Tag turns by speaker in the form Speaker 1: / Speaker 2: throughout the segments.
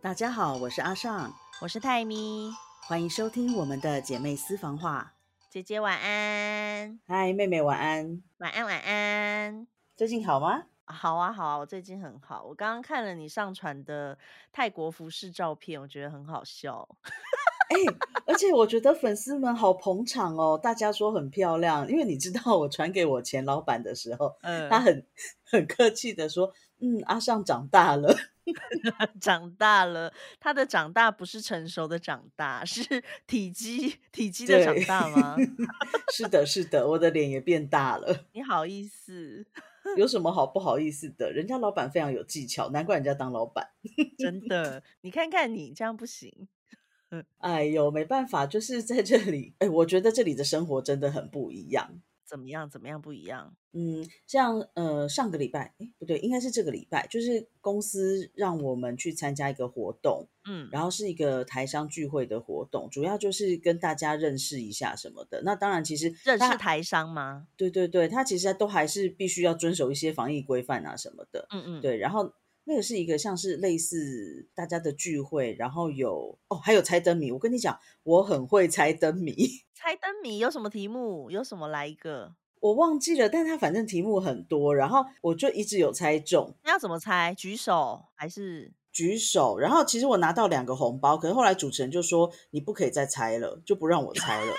Speaker 1: 大家好，我是阿尚，
Speaker 2: 我是泰咪，
Speaker 1: 欢迎收听我们的姐妹私房话。
Speaker 2: 姐姐晚安，
Speaker 1: 嗨，妹妹晚安，
Speaker 2: 晚安晚安。
Speaker 1: 最近好吗？
Speaker 2: 好啊好啊，我最近很好。我刚刚看了你上传的泰国服饰照片，我觉得很好笑。
Speaker 1: 哎、而且我觉得粉丝们好捧场哦，大家说很漂亮，因为你知道我传给我前老板的时候，
Speaker 2: 嗯、
Speaker 1: 他很很客气的说，嗯，阿尚长大了，
Speaker 2: 长大了，他的长大不是成熟的长大， 是体积体积的长
Speaker 1: 对
Speaker 2: 大 吗？
Speaker 1: 是的，是的，我的脸也变大了，
Speaker 2: 你好意 思，
Speaker 1: 有什么好不好意思的？人家老板非常有技巧，难怪人家当老板。
Speaker 2: 真的，你看看你这样不行。
Speaker 1: 哎呦，没办法，就是在这里，哎，我觉得这里的生活真的很不一样。
Speaker 2: 怎么样？怎么样不一样？
Speaker 1: 嗯，像呃上个礼拜，哎不对，应该是这个礼拜，就是公司让我们去参加一个活动，
Speaker 2: 嗯，
Speaker 1: 然后是一个台商聚会的活动，主要就是跟大家认识一下什么的。那当然，其实
Speaker 2: 认
Speaker 1: 大
Speaker 2: 识台商吗？
Speaker 1: 对对对，它其实都还是必须要遵守一些防疫规范啊什么的。
Speaker 2: 嗯嗯，
Speaker 1: 对，然后那个是一个像是类似大家的聚会，然后有哦，还有猜灯谜。我跟你讲，我很会猜灯谜，
Speaker 2: 猜灯谜有什么题目？有什么来一个？
Speaker 1: 我忘记了，但它反正题目很多，然后我就一直有猜中。
Speaker 2: 那要怎么猜？举手 还是？
Speaker 1: 举手，然后其实我拿到两个红包，可是后来主持人就说你不可以再猜了，就不让我猜了，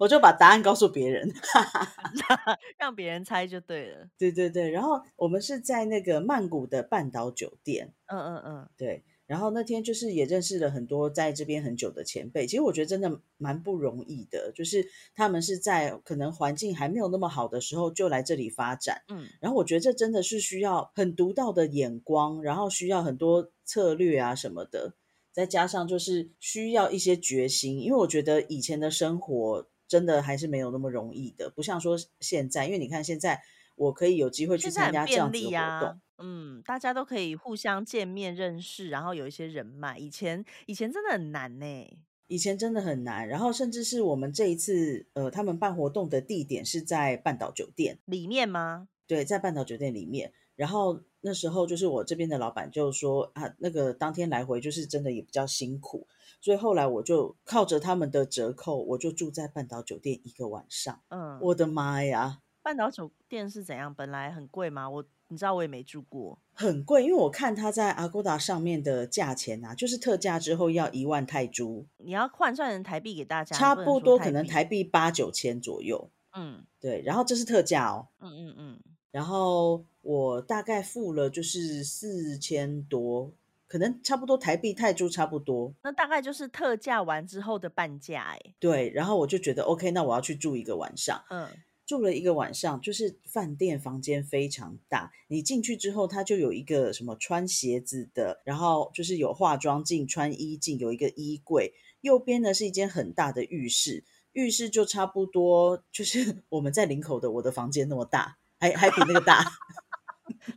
Speaker 1: 我就把答案告诉别人。
Speaker 2: 让别人猜就对了。
Speaker 1: 对对对，然后我们是在那个曼谷的半岛酒店，
Speaker 2: 嗯嗯嗯，
Speaker 1: 对，然后那天就是也认识了很多在这边很久的前辈，其实我觉得真的蛮不容易的，就是他们是在可能环境还没有那么好的时候就来这里发展，
Speaker 2: 嗯，
Speaker 1: 然后我觉得这真的是需要很独到的眼光，然后需要很多策略啊什么的，再加上就是需要一些决心，因为我觉得以前的生活真的还是没有那么容易的，不像说现在，因为你看现在我可以有机会去
Speaker 2: 现在
Speaker 1: 参
Speaker 2: 很
Speaker 1: 加这样
Speaker 2: 便
Speaker 1: 子的活
Speaker 2: 利呀、
Speaker 1: 动。
Speaker 2: 嗯，大家都可以互相见面认识，然后有一些人脉。以前以前真的很难呢、
Speaker 1: 以前真的很难，然后甚至是我们这一次，呃，他们办活动的地点是在半岛酒店，
Speaker 2: 里面吗？
Speaker 1: 对，在半岛酒店里面。然后那时候就是我这边的老板就说啊，那个当天来回就是真的也比较辛苦，所以后来我就靠着他们的折扣，我就住在半岛酒店一个晚上。
Speaker 2: 嗯，
Speaker 1: 我的妈呀，
Speaker 2: 半岛酒店是怎样？本来很贵吗？我你知道我也没住过。
Speaker 1: 很贵，因为我看他在 Agoda 上面的价钱啊，就是特价之后要一万泰铢，
Speaker 2: 你要换算成台币给大家，你
Speaker 1: 差
Speaker 2: 啊能
Speaker 1: 不
Speaker 2: 说
Speaker 1: 多
Speaker 2: 泰
Speaker 1: 可能
Speaker 2: 币
Speaker 1: 台币八九千左右。
Speaker 2: 嗯
Speaker 1: 对，然后这是特价哦。
Speaker 2: 嗯嗯嗯，
Speaker 1: 然后我大概付了就是四千多，可能差不多台币泰铢差不多。
Speaker 2: 那大概就是特价完之后的半价哎、
Speaker 1: 对，然后我就觉得 OK，那我要去住一个晚上。
Speaker 2: 嗯，
Speaker 1: 住了一个晚上，就是饭店房间非常大，你进去之后，它就有一个什么穿鞋子的，然后就是有化妆镜、穿衣镜，有一个衣柜。右边呢是一间很大的浴室，浴室就差不多就是我们在林口的我的房间那么大，还还比那个大。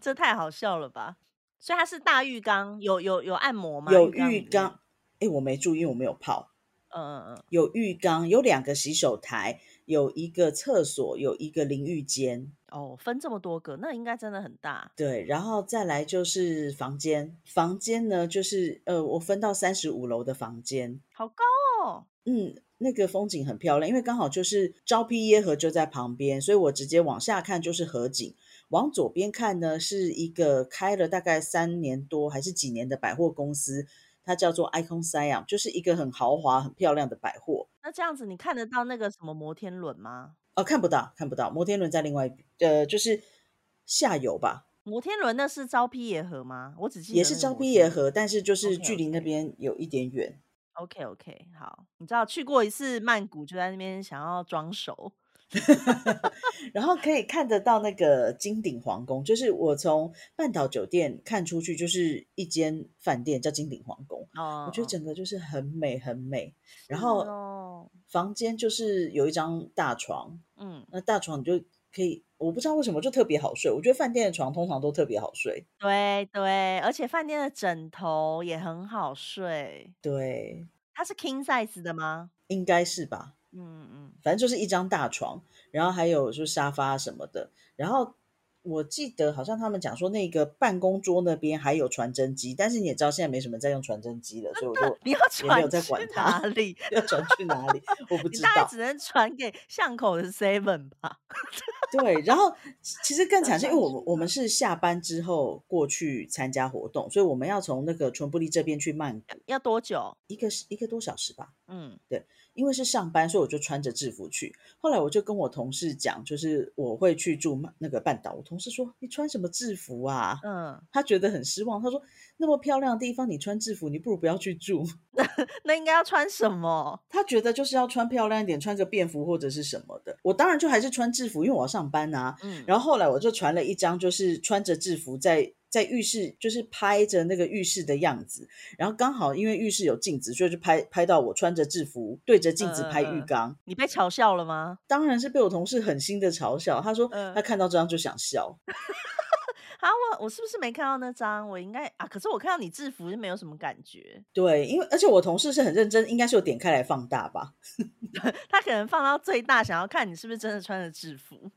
Speaker 2: 这太好笑了吧？所以它是大浴缸，有有有按摩吗？
Speaker 1: 有
Speaker 2: 里
Speaker 1: 浴
Speaker 2: 面
Speaker 1: 缸，哎，我没注意，因为我没有泡。
Speaker 2: 嗯嗯嗯，
Speaker 1: 有浴缸，有两个洗手台，有一个厕所，有一个淋浴间。
Speaker 2: 哦，分这么多个，那应该真的很大。
Speaker 1: 对，然后再来就是房间，房间呢就是呃，我分到三十五楼的房间，
Speaker 2: 好高哦！
Speaker 1: 嗯，那个风景很漂亮，因为刚好就是昭披耶河就在旁边，所以我直接往下看就是河景，往左边看呢是一个开了大概三年多还是几年的百货公司，它叫做 Icon Siam，就是一个很豪华、很漂亮的百货。
Speaker 2: 那这样子，你看得到那个什么摩天轮吗？
Speaker 1: 哦，看不到，看不到。摩天轮在另外一边，呃，就是下游吧，
Speaker 2: 摩天轮那是招披耶河吗？我只记得
Speaker 1: 也是
Speaker 2: 那个
Speaker 1: 招
Speaker 2: 摩
Speaker 1: 披
Speaker 2: 天
Speaker 1: 耶
Speaker 2: 轮。
Speaker 1: 河，但是就是距
Speaker 2: OK，OK
Speaker 1: 离那边有一点远。
Speaker 2: OK OK，好，你知道去过一次曼谷，就在那边想要装熟。
Speaker 1: 然后可以看得到那个金鼎皇宫，就是我从半岛酒店看出去，就是一间饭店叫金鼎皇宫，
Speaker 2: 哦，
Speaker 1: 我觉得
Speaker 2: 哦
Speaker 1: 整个就是很美很美。然
Speaker 2: 是
Speaker 1: 后
Speaker 2: 哦，
Speaker 1: 房间就是有一张大床，
Speaker 2: 嗯，
Speaker 1: 那大床你就可以，我不知道为什么就特别好睡。我觉得饭店的床通常都特别好睡。
Speaker 2: 对对，而且饭店的枕头也很好睡。
Speaker 1: 对，
Speaker 2: 它是 king size 的吗？
Speaker 1: 应该是吧。
Speaker 2: 嗯嗯
Speaker 1: 反正就是一张大床，然后还有就是沙发什么的。然后我记得好像他们讲说，那个办公桌那边还有传真机，但是你也知道现在没什么在用传真机了，所以 我就
Speaker 2: 你要
Speaker 1: 也没有
Speaker 2: 传
Speaker 1: 在
Speaker 2: 去
Speaker 1: 管
Speaker 2: 哪
Speaker 1: 它，
Speaker 2: 里？
Speaker 1: 要传去哪里我 不
Speaker 2: 你
Speaker 1: 知
Speaker 2: 大概
Speaker 1: 道。
Speaker 2: 只能传给巷口的 Seven 吧？
Speaker 1: 对，然后其其实更
Speaker 2: 要
Speaker 1: 惨是因为
Speaker 2: 传
Speaker 1: 我
Speaker 2: 去
Speaker 1: 们我
Speaker 2: 哪
Speaker 1: 们是下班之后过去参加活动，所以我们要从那个纯不利这边去曼谷，
Speaker 2: 要多久？
Speaker 1: 一个是一个多小时吧。
Speaker 2: 嗯，
Speaker 1: 因为是上班，所以我就穿着制服去。后来我就跟我同事讲，就是我会去住曼那个半岛。我同事说：“你穿什么制服啊？”
Speaker 2: 嗯，
Speaker 1: 他觉得很失望。他说：“那么漂亮的地方，你穿制服，你不如不要去住。
Speaker 2: 那应该要穿什么？”
Speaker 1: 他觉得就是要穿漂亮一点，穿个便服或者是什么的。我当然就还是穿制服，因为我要上班啊。
Speaker 2: 嗯，
Speaker 1: 然后后来我就传了一张，就是穿着制服在在浴室，就是拍着那个浴室的样子。然后刚好因为浴室有镜子，所以就拍拍到我穿着制服对着镜子拍
Speaker 2: 嗯嗯
Speaker 1: 浴
Speaker 2: 嗯
Speaker 1: 缸。
Speaker 2: 你被嘲笑了吗？
Speaker 1: 当然是被我同事狠心的嘲笑。他说
Speaker 2: 嗯、
Speaker 1: 他看到这张就想笑，
Speaker 2: 啊，我我是不是没看到那张？我应该啊，可是我看到你制服就没有什么感觉，
Speaker 1: 对，因为而且我同事是很认真，应该是有点开来放大吧。
Speaker 2: 他可能放到最大，想要看你是不是真的穿着制服。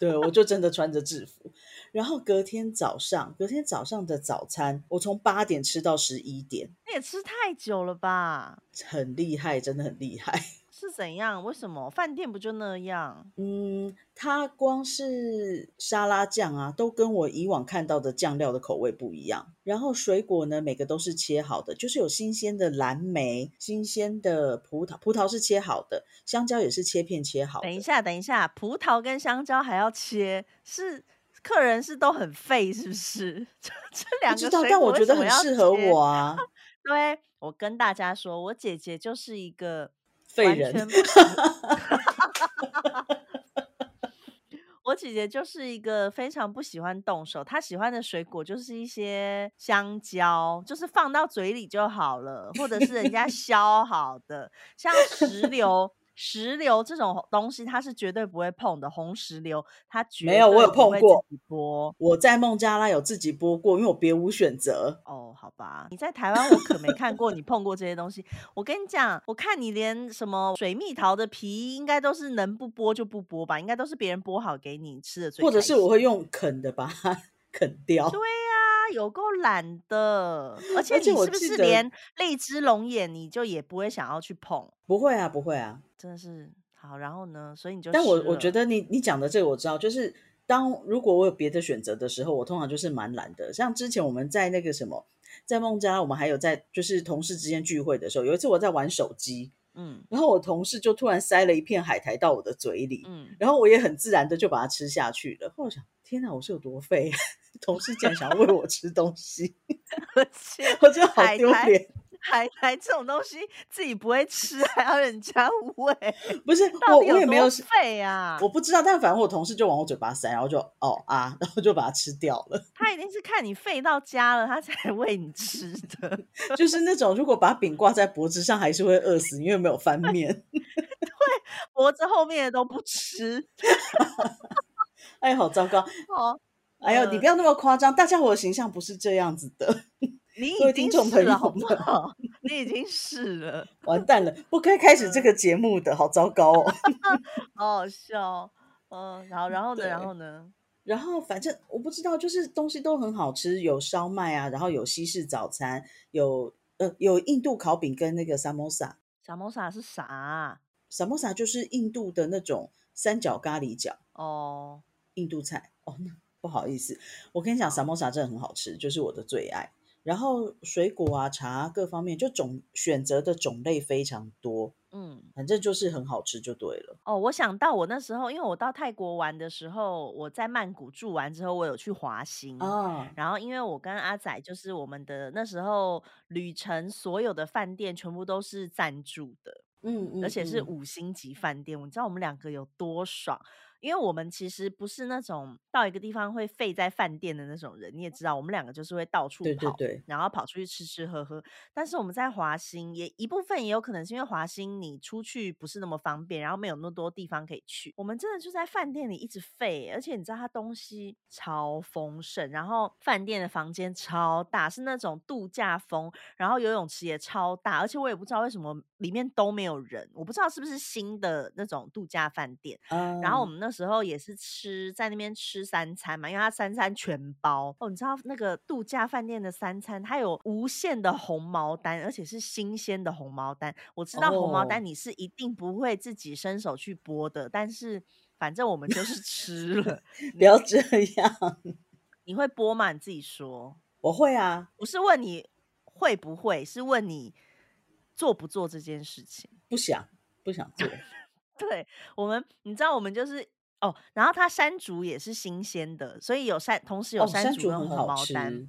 Speaker 1: 对，我就真的穿着制服，然后隔天早上，隔天早上的早餐，我从八点吃到十一点，
Speaker 2: 你也吃太久了吧？
Speaker 1: 很厉害，真的很厉害。
Speaker 2: 是怎样？为什么饭店不就那样？
Speaker 1: 嗯，它光是沙拉酱啊，都跟我以往看到的酱料的口味不一样。然后水果呢，每个都是切好的，就是有新鲜的蓝莓、新鲜的葡萄，葡萄是切好的，香蕉也是切片切好
Speaker 2: 等一
Speaker 1: 的。
Speaker 2: 下，等一下，葡萄跟香蕉还要切，是客人是都很废，是不是？ 这这
Speaker 1: 不
Speaker 2: 两
Speaker 1: 知
Speaker 2: 个
Speaker 1: 道，
Speaker 2: 水
Speaker 1: 但
Speaker 2: 果
Speaker 1: 我
Speaker 2: 为
Speaker 1: 觉
Speaker 2: 什
Speaker 1: 得
Speaker 2: 么
Speaker 1: 很
Speaker 2: 要
Speaker 1: 适合
Speaker 2: 切？
Speaker 1: 我 啊，
Speaker 2: 对，我跟大家说，我姐姐就是一个
Speaker 1: 废
Speaker 2: 完
Speaker 1: 人。
Speaker 2: 全不 喜欢，我姐姐就是一个非常不喜欢动手，她喜欢的水果就是一些香蕉，就是放到嘴里就好了，或者是人 家削好的，像石榴。石榴这种东西，她是绝对不会碰的。红石榴，她
Speaker 1: 没
Speaker 2: 绝
Speaker 1: 有，我
Speaker 2: 对
Speaker 1: 有
Speaker 2: 不
Speaker 1: 碰
Speaker 2: 会自
Speaker 1: 过，
Speaker 2: 己剥。
Speaker 1: 我在孟加拉有自己剥过，因为我别无选择。
Speaker 2: 哦，好吧，你在台湾我可没看过你碰过这些东西。我跟你讲，我看你连什么水蜜桃的皮，应该都是能不剥就不剥吧，应该都是别人剥好给你吃的最
Speaker 1: 或者
Speaker 2: 开
Speaker 1: 是我
Speaker 2: 心。
Speaker 1: 会用啃的把它 啃掉。
Speaker 2: 对呀、有够懒的，而且
Speaker 1: 而且
Speaker 2: 你
Speaker 1: 我
Speaker 2: 是不
Speaker 1: 记
Speaker 2: 是
Speaker 1: 得
Speaker 2: 连荔枝龙眼你就也不会想要去碰？
Speaker 1: 不会啊，不会啊，
Speaker 2: 真的是好，然后呢，所以你就
Speaker 1: 但我
Speaker 2: 吃
Speaker 1: 我觉
Speaker 2: 了。
Speaker 1: 得你你讲的这个我知道，就是当如果我有别的选择的时候，我通常就是蛮懒的。像之前我们在那个什么，在孟加拉，我们还有在就是同事之间聚会的时候，有一次我在玩手机，
Speaker 2: 嗯
Speaker 1: 然后我同事就突然塞了一片海苔到我的嘴里，
Speaker 2: 嗯，
Speaker 1: 然后我也很自然的就把它吃下去了。后来我想，天哪，我是有多废啊？ 同事竟然想要喂我吃东西，
Speaker 2: 而且
Speaker 1: 我觉得好
Speaker 2: 海
Speaker 1: 丢
Speaker 2: 苔
Speaker 1: 脸。
Speaker 2: 海苔这种东西自己不会吃，还要人家 喂，
Speaker 1: 不是
Speaker 2: 到
Speaker 1: 我，
Speaker 2: 底
Speaker 1: 我
Speaker 2: 有
Speaker 1: 也没
Speaker 2: 多
Speaker 1: 有，
Speaker 2: 废啊？
Speaker 1: 我不知道，但反正我同事就往我嘴巴塞，然后就哦啊， 然后就把它吃掉了。
Speaker 2: 他一定是看你废到家了，他才喂你吃的。
Speaker 1: 就是那种如果把饼挂在脖子上，还是会饿死，因为没有翻面。
Speaker 2: 脖子后面的都不吃
Speaker 1: 哎，好糟糕！
Speaker 2: 哦。
Speaker 1: 哎呦，你
Speaker 2: 嗯
Speaker 1: 不要那么夸张，大家伙的形象不是这样子的，
Speaker 2: 你
Speaker 1: 各
Speaker 2: 已
Speaker 1: 位听
Speaker 2: 经
Speaker 1: 众
Speaker 2: 是
Speaker 1: 朋友
Speaker 2: 了，好不
Speaker 1: 们，
Speaker 2: 好？ 你已经是了，
Speaker 1: 完蛋了，不该开始这个节目的，好糟糕哦。
Speaker 2: 好好笑哦。嗯，然后然后呢？然
Speaker 1: 对，
Speaker 2: 后呢？
Speaker 1: 然后反正我不知道，就是东西都很好吃，有烧麦啊，然后有西式早餐，有呃有印度烤饼跟那个 samosa。
Speaker 2: 小摩萨是啥啊、
Speaker 1: samosa 就是印度的那种三角咖喱饺，
Speaker 2: 哦，
Speaker 1: 印度菜哦，那不好意思，我跟你讲，萨摩萨真的很好吃，就是我的最爱。然后水果啊、茶啊各方面，就种选择的种类非常多，
Speaker 2: 嗯，
Speaker 1: 反正就是很好吃就对了。
Speaker 2: 哦，我想到我那时候，因为我到泰国玩的时候，我在曼谷住完之后，我有去华兴。
Speaker 1: 啊，
Speaker 2: 然后，因为我跟阿仔就是我们的那时候旅程所有的饭店全部都是赞助的，
Speaker 1: 嗯
Speaker 2: 而
Speaker 1: 嗯
Speaker 2: 且是
Speaker 1: 嗯，
Speaker 2: 五星级饭店。我知道我们两个有多爽，因为我们其实不是那种到一个地方会废在饭店的那种人。你也知道，我们两个就是会到处
Speaker 1: 对对
Speaker 2: 跑，
Speaker 1: 对，
Speaker 2: 然后跑出去吃吃喝喝。但是我们在华兴也一部分也有可能是因为华兴你出去不是那么方便，然后没有那么多地方可以去。我们真的就在饭店里一直废，欸而且你知道它东西超丰盛，然后饭店的房间超大，是那种度假风，然后游泳池也超大，而且我也不知道为什么里面都没有人，我不知道是不是新的那种度假饭店。然后我
Speaker 1: 啊，
Speaker 2: 们那那时候也是吃在那边吃三餐嘛，因为它三餐全包哦。你知道那个度假饭店的三餐，它有无限的红毛丹，而且是新鲜的红毛丹。我知道红毛
Speaker 1: 哦
Speaker 2: 丹你是一定不会自己伸手去剥的，但是反正我们就是 吃了。
Speaker 1: 不要这样，
Speaker 2: 你会剥吗？你自己说。
Speaker 1: 我会啊，
Speaker 2: 不是问你会不会，是问你做不做这件事情。
Speaker 1: 不想不想做，
Speaker 2: 对我们，你知道我们就是哦，然后它山竹也是新鲜的，所以有山，同 时有
Speaker 1: 哦，山
Speaker 2: 竹
Speaker 1: 竹
Speaker 2: 跟
Speaker 1: 很
Speaker 2: 红
Speaker 1: 好
Speaker 2: 毛丹。
Speaker 1: 吃，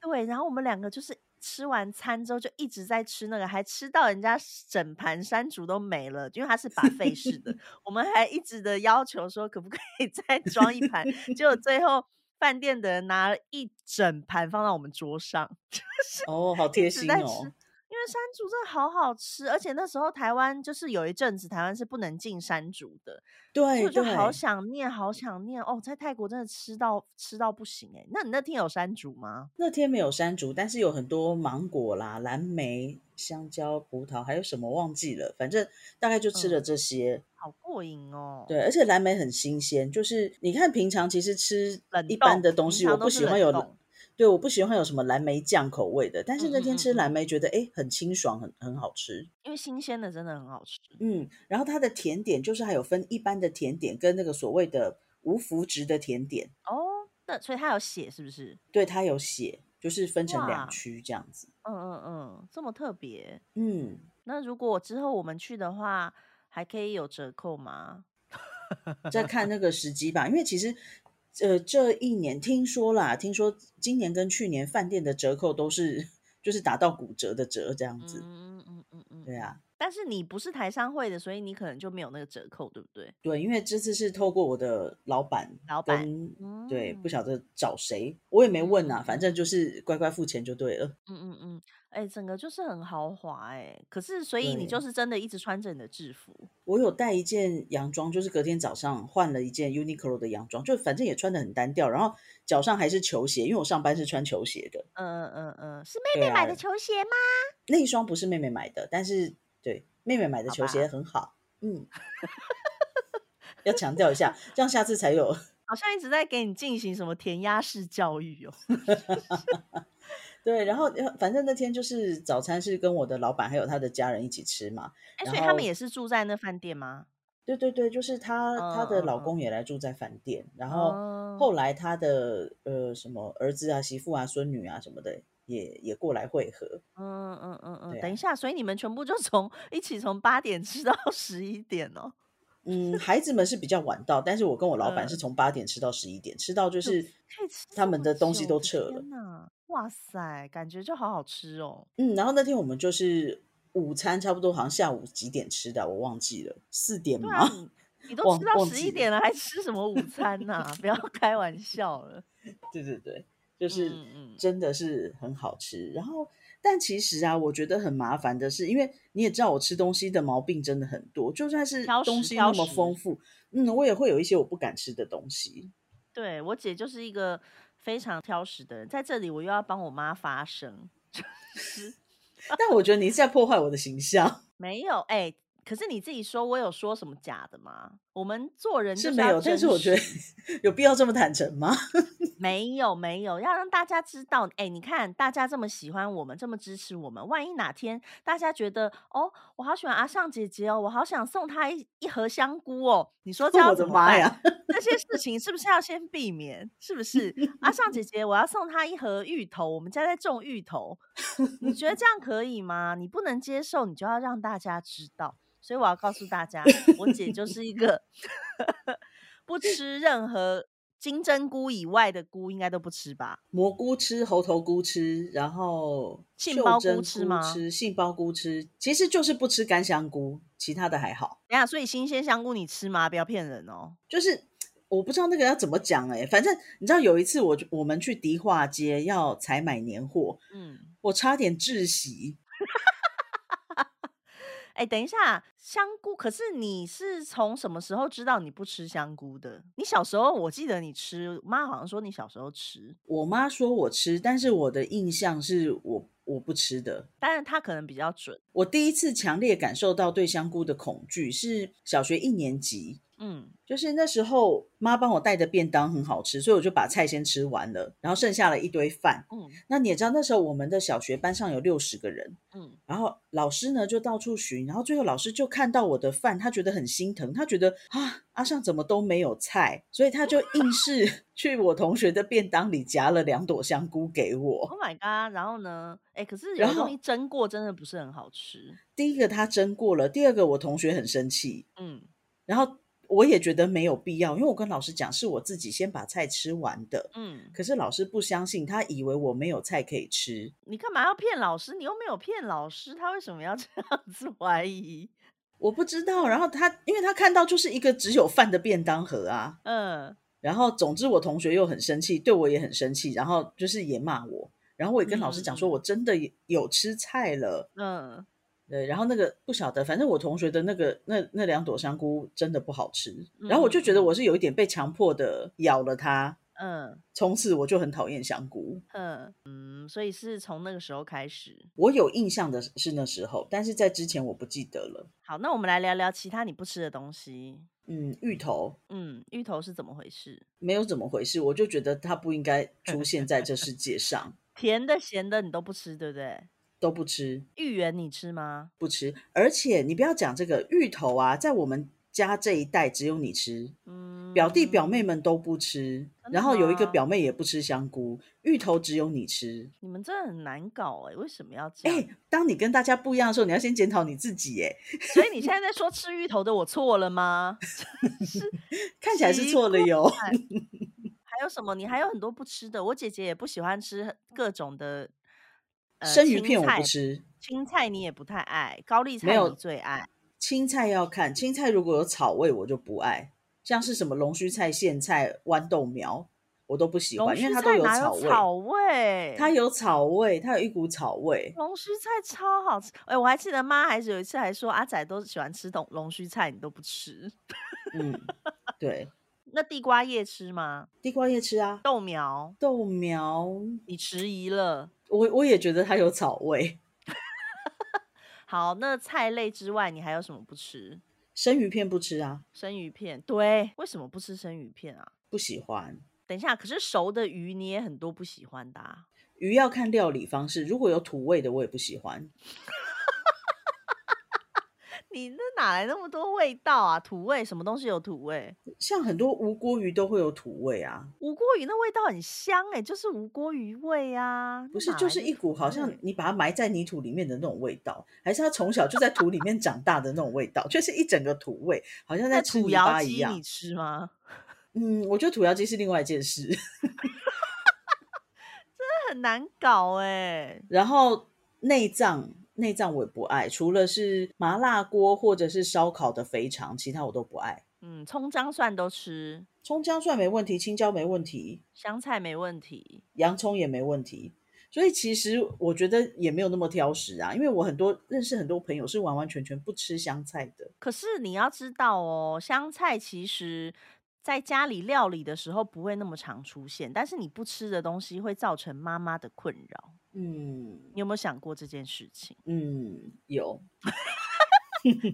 Speaker 2: 对，然后我们两个就是吃完餐之后就一直在吃那个，还吃到人家是整盘山竹都没了，因为它是把费 式的，我们还一直的要求说可不可以 再装一盘，结果最后。饭店的人拿了一整盘放到我们桌上，
Speaker 1: 哦，好贴
Speaker 2: 一直
Speaker 1: 心
Speaker 2: 在吃，
Speaker 1: 哦，
Speaker 2: 因为山竹真的好好吃，而且那时候台湾就是有一阵子台湾是不能进山竹的，所以
Speaker 1: 对
Speaker 2: 我就好
Speaker 1: 对，
Speaker 2: 想念，好想念哦，在泰国真的吃到吃到不行哎、那你那天有山竹吗？
Speaker 1: 那天没有山竹，但是有很多芒果啦、蓝莓、香蕉、葡萄，还有什么忘记了，反正大概就吃了
Speaker 2: 嗯，
Speaker 1: 这些。
Speaker 2: 好过瘾哦。
Speaker 1: 对，而且蓝莓很新鲜，就是你看平常其实吃
Speaker 2: 冷
Speaker 1: 一般
Speaker 2: 冻，
Speaker 1: 的东
Speaker 2: 平
Speaker 1: 西，我
Speaker 2: 常
Speaker 1: 不
Speaker 2: 都是
Speaker 1: 喜欢
Speaker 2: 冷
Speaker 1: 有蓝，
Speaker 2: 冻。
Speaker 1: 对，我不喜欢有什么蓝莓酱口味的，但
Speaker 2: 嗯
Speaker 1: 是那天
Speaker 2: 嗯嗯
Speaker 1: 吃蓝
Speaker 2: 嗯，
Speaker 1: 莓觉得诶很清爽，很很好吃。
Speaker 2: 因为新鲜的真的很好吃。
Speaker 1: 嗯，然后它的甜点就是还有分一般的甜点跟那个所谓的无麸质的甜点，
Speaker 2: 哦，那所以它有血是不是？
Speaker 1: 对，它有写，就是分成两
Speaker 2: 哇，
Speaker 1: 区这样子。
Speaker 2: 嗯嗯嗯，这么特别。
Speaker 1: 嗯，
Speaker 2: 那如果之后我们去的话，还可以有折扣吗？
Speaker 1: 再看那个时机吧，因为其实，呃，这一年听说啦，听说今年跟去年饭店的折扣都是就是打到骨折的折这样子。
Speaker 2: 嗯嗯嗯嗯
Speaker 1: 对
Speaker 2: 嗯，
Speaker 1: 啊，
Speaker 2: 但是你不是台商会的，所以你可能就没有那个折扣，对不对？
Speaker 1: 对，因为这次是透过我的老板
Speaker 2: 老板，
Speaker 1: 跟对，不
Speaker 2: 嗯
Speaker 1: 晓得找谁，我也没
Speaker 2: 嗯
Speaker 1: 问
Speaker 2: 嗯
Speaker 1: 啊，反
Speaker 2: 嗯
Speaker 1: 正就是乖乖付钱就对了。
Speaker 2: 嗯嗯嗯，哎、整个就是很豪华哎、可是，所以你就
Speaker 1: 对，
Speaker 2: 是真的一直穿着你的制服，
Speaker 1: 我有带一件洋装，就是隔天早上换了一件 Uniqlo 的洋装，就反正也穿的很单调，然后脚上还是球鞋，因为我上班是穿球鞋的。
Speaker 2: 嗯嗯嗯，是
Speaker 1: 对
Speaker 2: 妹妹
Speaker 1: 啊，
Speaker 2: 买的球鞋吗？
Speaker 1: 那一双不是妹妹买的，但是对妹妹买的
Speaker 2: 好
Speaker 1: 球鞋
Speaker 2: 吧，
Speaker 1: 很好，嗯， 要强调一下，这样下次才有。
Speaker 2: 好像一直在给你进行什么填鸭式教育哦。
Speaker 1: 对，然后呃反正那天就是早餐是跟我的老板还有他的家人一起吃嘛，
Speaker 2: 哎、
Speaker 1: 然
Speaker 2: 所以他们
Speaker 1: 后
Speaker 2: 也是住在那饭店吗？
Speaker 1: 对对对，就是她
Speaker 2: 嗯
Speaker 1: 她的
Speaker 2: 嗯
Speaker 1: 老
Speaker 2: 嗯，
Speaker 1: 公也来住在饭店，然后
Speaker 2: 哦，
Speaker 1: 后来她的呃什么儿子啊、媳妇啊、孙女啊什么的也也过来会合，
Speaker 2: 嗯嗯嗯嗯，
Speaker 1: 对
Speaker 2: 等一
Speaker 1: 啊，
Speaker 2: 下，所以你们全部就从一起从八点吃到 十一点哦。
Speaker 1: 嗯，孩子们是比较晚到，但是我跟我老板是
Speaker 2: 嗯，
Speaker 1: 从八点吃到十一点，吃到就
Speaker 2: 有
Speaker 1: 是
Speaker 2: 可以吃
Speaker 1: 他
Speaker 2: 这
Speaker 1: 们
Speaker 2: 么
Speaker 1: 的东西
Speaker 2: 久，我
Speaker 1: 都
Speaker 2: 的
Speaker 1: 撤了。
Speaker 2: 天呐！哇塞，感觉就好好吃哦。
Speaker 1: 嗯，然后那天我们就是午餐差不多，好像下午几点吃的啊，我忘记了，四点
Speaker 2: 对啊，
Speaker 1: 吗？
Speaker 2: 你你都吃
Speaker 1: 嗯忘
Speaker 2: 到
Speaker 1: 忘
Speaker 2: 十一
Speaker 1: 记了。
Speaker 2: 点了，还吃什么午餐呐、 不要开玩笑了。
Speaker 1: 对对对，就是
Speaker 2: 嗯嗯
Speaker 1: 真的是很好吃。然后，但其实啊，我觉得很麻烦的是，因为你也知道我吃东西的毛病真的很多，就算是
Speaker 2: 挑
Speaker 1: 东
Speaker 2: 食
Speaker 1: 西那
Speaker 2: 挑
Speaker 1: 么丰
Speaker 2: 食。
Speaker 1: 富，嗯，我也会有一些我不敢吃的东西。
Speaker 2: 对我姐就是一个非常挑食的人，在这里我又要帮我妈发声，就是
Speaker 1: 但我觉得你是在破坏我的形象，
Speaker 2: 没有哎、可是你自己说，我有说什么假的吗？我们做 人
Speaker 1: 是
Speaker 2: 就是
Speaker 1: 没
Speaker 2: 要
Speaker 1: 有，但是
Speaker 2: 真
Speaker 1: 我觉得
Speaker 2: 实，
Speaker 1: 有必要这么坦诚吗？
Speaker 2: 没有没有，要让大家知道，哎、你看大家这么喜欢我们，这么支持我们，万一哪天大家觉得哦，我好喜欢阿尚姐姐哦，我好想送她一一盒香菇哦，你说这 要
Speaker 1: 我
Speaker 2: 怎
Speaker 1: 的
Speaker 2: 么
Speaker 1: 妈
Speaker 2: 办？
Speaker 1: 呀！
Speaker 2: 这些事情是不是要先避免？是不是阿尚姐姐，我要送她一盒芋头，我们家在种芋头，你觉得这样可以吗？你不能接受，你就要让大家知道。所以我要告诉大家，我姐就是一个 不吃任何金针菇以外的菇，应该都不吃吧？
Speaker 1: 蘑菇吃，猴头菇吃，然后
Speaker 2: 杏
Speaker 1: 袖
Speaker 2: 鲍菇
Speaker 1: 珍
Speaker 2: 吃
Speaker 1: 菇
Speaker 2: 吗？
Speaker 1: 吃，杏鲍菇吃，其实就是不吃干香菇，其他的还好。
Speaker 2: 等一下，所以新鲜香菇你吃吗？不要骗人哦。
Speaker 1: 就是我不知道那个要怎么讲哎、反正你知道有一次我就我们去迪化街要采买年货，
Speaker 2: 嗯，
Speaker 1: 我差点窒息。
Speaker 2: 哎，等一下，香菇，可是你是从什么时候知道你不吃香菇的？你小时候我记得你吃，妈好像说你小时候吃，
Speaker 1: 我妈说我吃，但是我的印象是我我不吃的。
Speaker 2: 但是她可能比较准。
Speaker 1: 我第一次强烈感受到对香菇的恐惧是小学一年级，
Speaker 2: 嗯
Speaker 1: 就是那时候妈帮我带的便当很好吃，所以我就把菜先吃完了，然后剩下了一堆饭。
Speaker 2: 嗯
Speaker 1: 那你也知道，那时候我们的小学班上有六十个人，
Speaker 2: 嗯，
Speaker 1: 然后老师呢就到处寻，然后最后老师就看到我的饭，他觉得很心疼，他觉得啊阿尚怎么都没有菜，所以他就硬是 去我同学的便当里夹了两朵香菇给我。
Speaker 2: Oh my god！然后呢？哎、可是有
Speaker 1: 然
Speaker 2: 的东
Speaker 1: 后
Speaker 2: 西蒸过真的不是很好吃。
Speaker 1: 第一个他蒸过了，第二个我同学很生气，
Speaker 2: 嗯
Speaker 1: 然后我也觉得没有必要，因为我跟老师讲是我自己先把菜吃完的，
Speaker 2: 嗯，
Speaker 1: 可是老师不相信，他以为我没有菜可以吃。
Speaker 2: 你干嘛要骗老师？你又没有骗老师，他为什么要 这样子怀疑？
Speaker 1: 我不知道，然后他，因为他看到就是一个只有饭的便当盒啊，
Speaker 2: 嗯
Speaker 1: 然后总之我同学又很生气，对我也很生气，然后就是也骂我，然后我也跟老师讲说
Speaker 2: 嗯
Speaker 1: 我真的也有吃菜了，
Speaker 2: 嗯，
Speaker 1: 对，然后那个不晓得，反正我同学的那个那那两朵香菇真的不好吃，然后我就觉得我是有一点被强迫的咬了它，
Speaker 2: 嗯
Speaker 1: 从此我就很讨厌香菇。
Speaker 2: 嗯嗯，所以是从那个时候开始。
Speaker 1: 我有印象的是那时候，但是在之前我不记得了。
Speaker 2: 好，那我们来聊聊其他你不吃的东西。
Speaker 1: 嗯，芋头
Speaker 2: 嗯，芋头是怎么回事？
Speaker 1: 没有怎么回事，我就觉得它不应该出现在这世界上，
Speaker 2: 甜的、咸的你都不吃，对不对？
Speaker 1: 都不吃。
Speaker 2: 芋圆你吃吗？
Speaker 1: 不吃。而且你不要讲这个芋头啊，在我们家这一代只有你吃，
Speaker 2: 嗯，
Speaker 1: 表弟表妹们都不吃，
Speaker 2: 真的
Speaker 1: 然后有一个
Speaker 2: 吗
Speaker 1: 表妹也不吃香菇，芋头只有你吃。
Speaker 2: 嗯你们真的很难搞哎、为什么要这
Speaker 1: 哎、
Speaker 2: 样？
Speaker 1: 当你跟大家不一样的时候，你要先检讨你自己、哎，
Speaker 2: 所以 你现在在说吃芋头的我错了吗？
Speaker 1: 看起来是
Speaker 2: 奇
Speaker 1: 错了哟。
Speaker 2: 还有什么？你还有很多不吃的。我姐姐也不喜欢吃各种的，呃，
Speaker 1: 生鱼
Speaker 2: 青
Speaker 1: 片我
Speaker 2: 菜
Speaker 1: 不，吃，
Speaker 2: 青菜你也不太爱，高丽
Speaker 1: 没
Speaker 2: 菜
Speaker 1: 有
Speaker 2: 你最爱。
Speaker 1: 青菜要看，青菜如果有草味我就不爱，像是什么龙须菜、苋菜、豌豆苗我都不喜
Speaker 2: 龙
Speaker 1: 欢，因
Speaker 2: 须
Speaker 1: 为它都
Speaker 2: 菜
Speaker 1: 有
Speaker 2: 哪
Speaker 1: 草味，
Speaker 2: 草味？
Speaker 1: 它有草味，它有一股草味。
Speaker 2: 龙须菜超好吃。哎、我还记得妈还是有一次还说阿仔都喜欢吃龙龙须菜，你都不吃。
Speaker 1: 嗯，对，
Speaker 2: 那地瓜叶吃吗？
Speaker 1: 地瓜叶吃啊，
Speaker 2: 豆苗
Speaker 1: 豆苗，
Speaker 2: 你迟疑了。
Speaker 1: 我我也觉得它有草味。
Speaker 2: 好，那菜类之外你还有什么不吃？
Speaker 1: 生鱼片不吃啊，
Speaker 2: 生鱼片，对，为什么不吃生鱼片啊？
Speaker 1: 不喜欢。
Speaker 2: 等一下，可是熟的鱼你也很多不喜欢的、啊，
Speaker 1: 鱼要看料理方式，如果有土味的我也不喜欢。
Speaker 2: 你那哪来那么多味道啊？土味，什么东西有土味？
Speaker 1: 像很多无锅鱼都会有土味啊，
Speaker 2: 无锅鱼那味道很香哎、就是无锅鱼味啊，那
Speaker 1: 不是
Speaker 2: 哪
Speaker 1: 就
Speaker 2: 来
Speaker 1: 是
Speaker 2: 的
Speaker 1: 一股
Speaker 2: 土
Speaker 1: 好像
Speaker 2: 味
Speaker 1: 你把它埋在泥土里面的那种味道，还是它从小就在土里面长大的那种味道，就是一整个土味，好像在
Speaker 2: 那
Speaker 1: 吃
Speaker 2: 土
Speaker 1: 泥
Speaker 2: 窑
Speaker 1: 巴一
Speaker 2: 鸡你
Speaker 1: 样。
Speaker 2: 吃吗？
Speaker 1: 嗯，我觉得土窑鸡是另外一件事。
Speaker 2: 那很难搞哎、
Speaker 1: 然后内脏内脏我也不爱，除了是麻辣锅或者是烧烤的肥肠，其他我都不爱。
Speaker 2: 嗯，葱姜蒜都吃，
Speaker 1: 葱姜蒜没问题，青椒没问题，
Speaker 2: 香菜没问题。
Speaker 1: 洋葱也没问题。所以其实我觉得也没有那么挑食啊，因为我很多认识很多朋友是完完全全不吃香菜的。
Speaker 2: 可是你要知道哦，香菜其实在家里料理的时候不会那么常出现，但是你不吃的东西会造成妈妈的困扰。
Speaker 1: 嗯
Speaker 2: 你有没有想过这件事 情？
Speaker 1: 嗯，有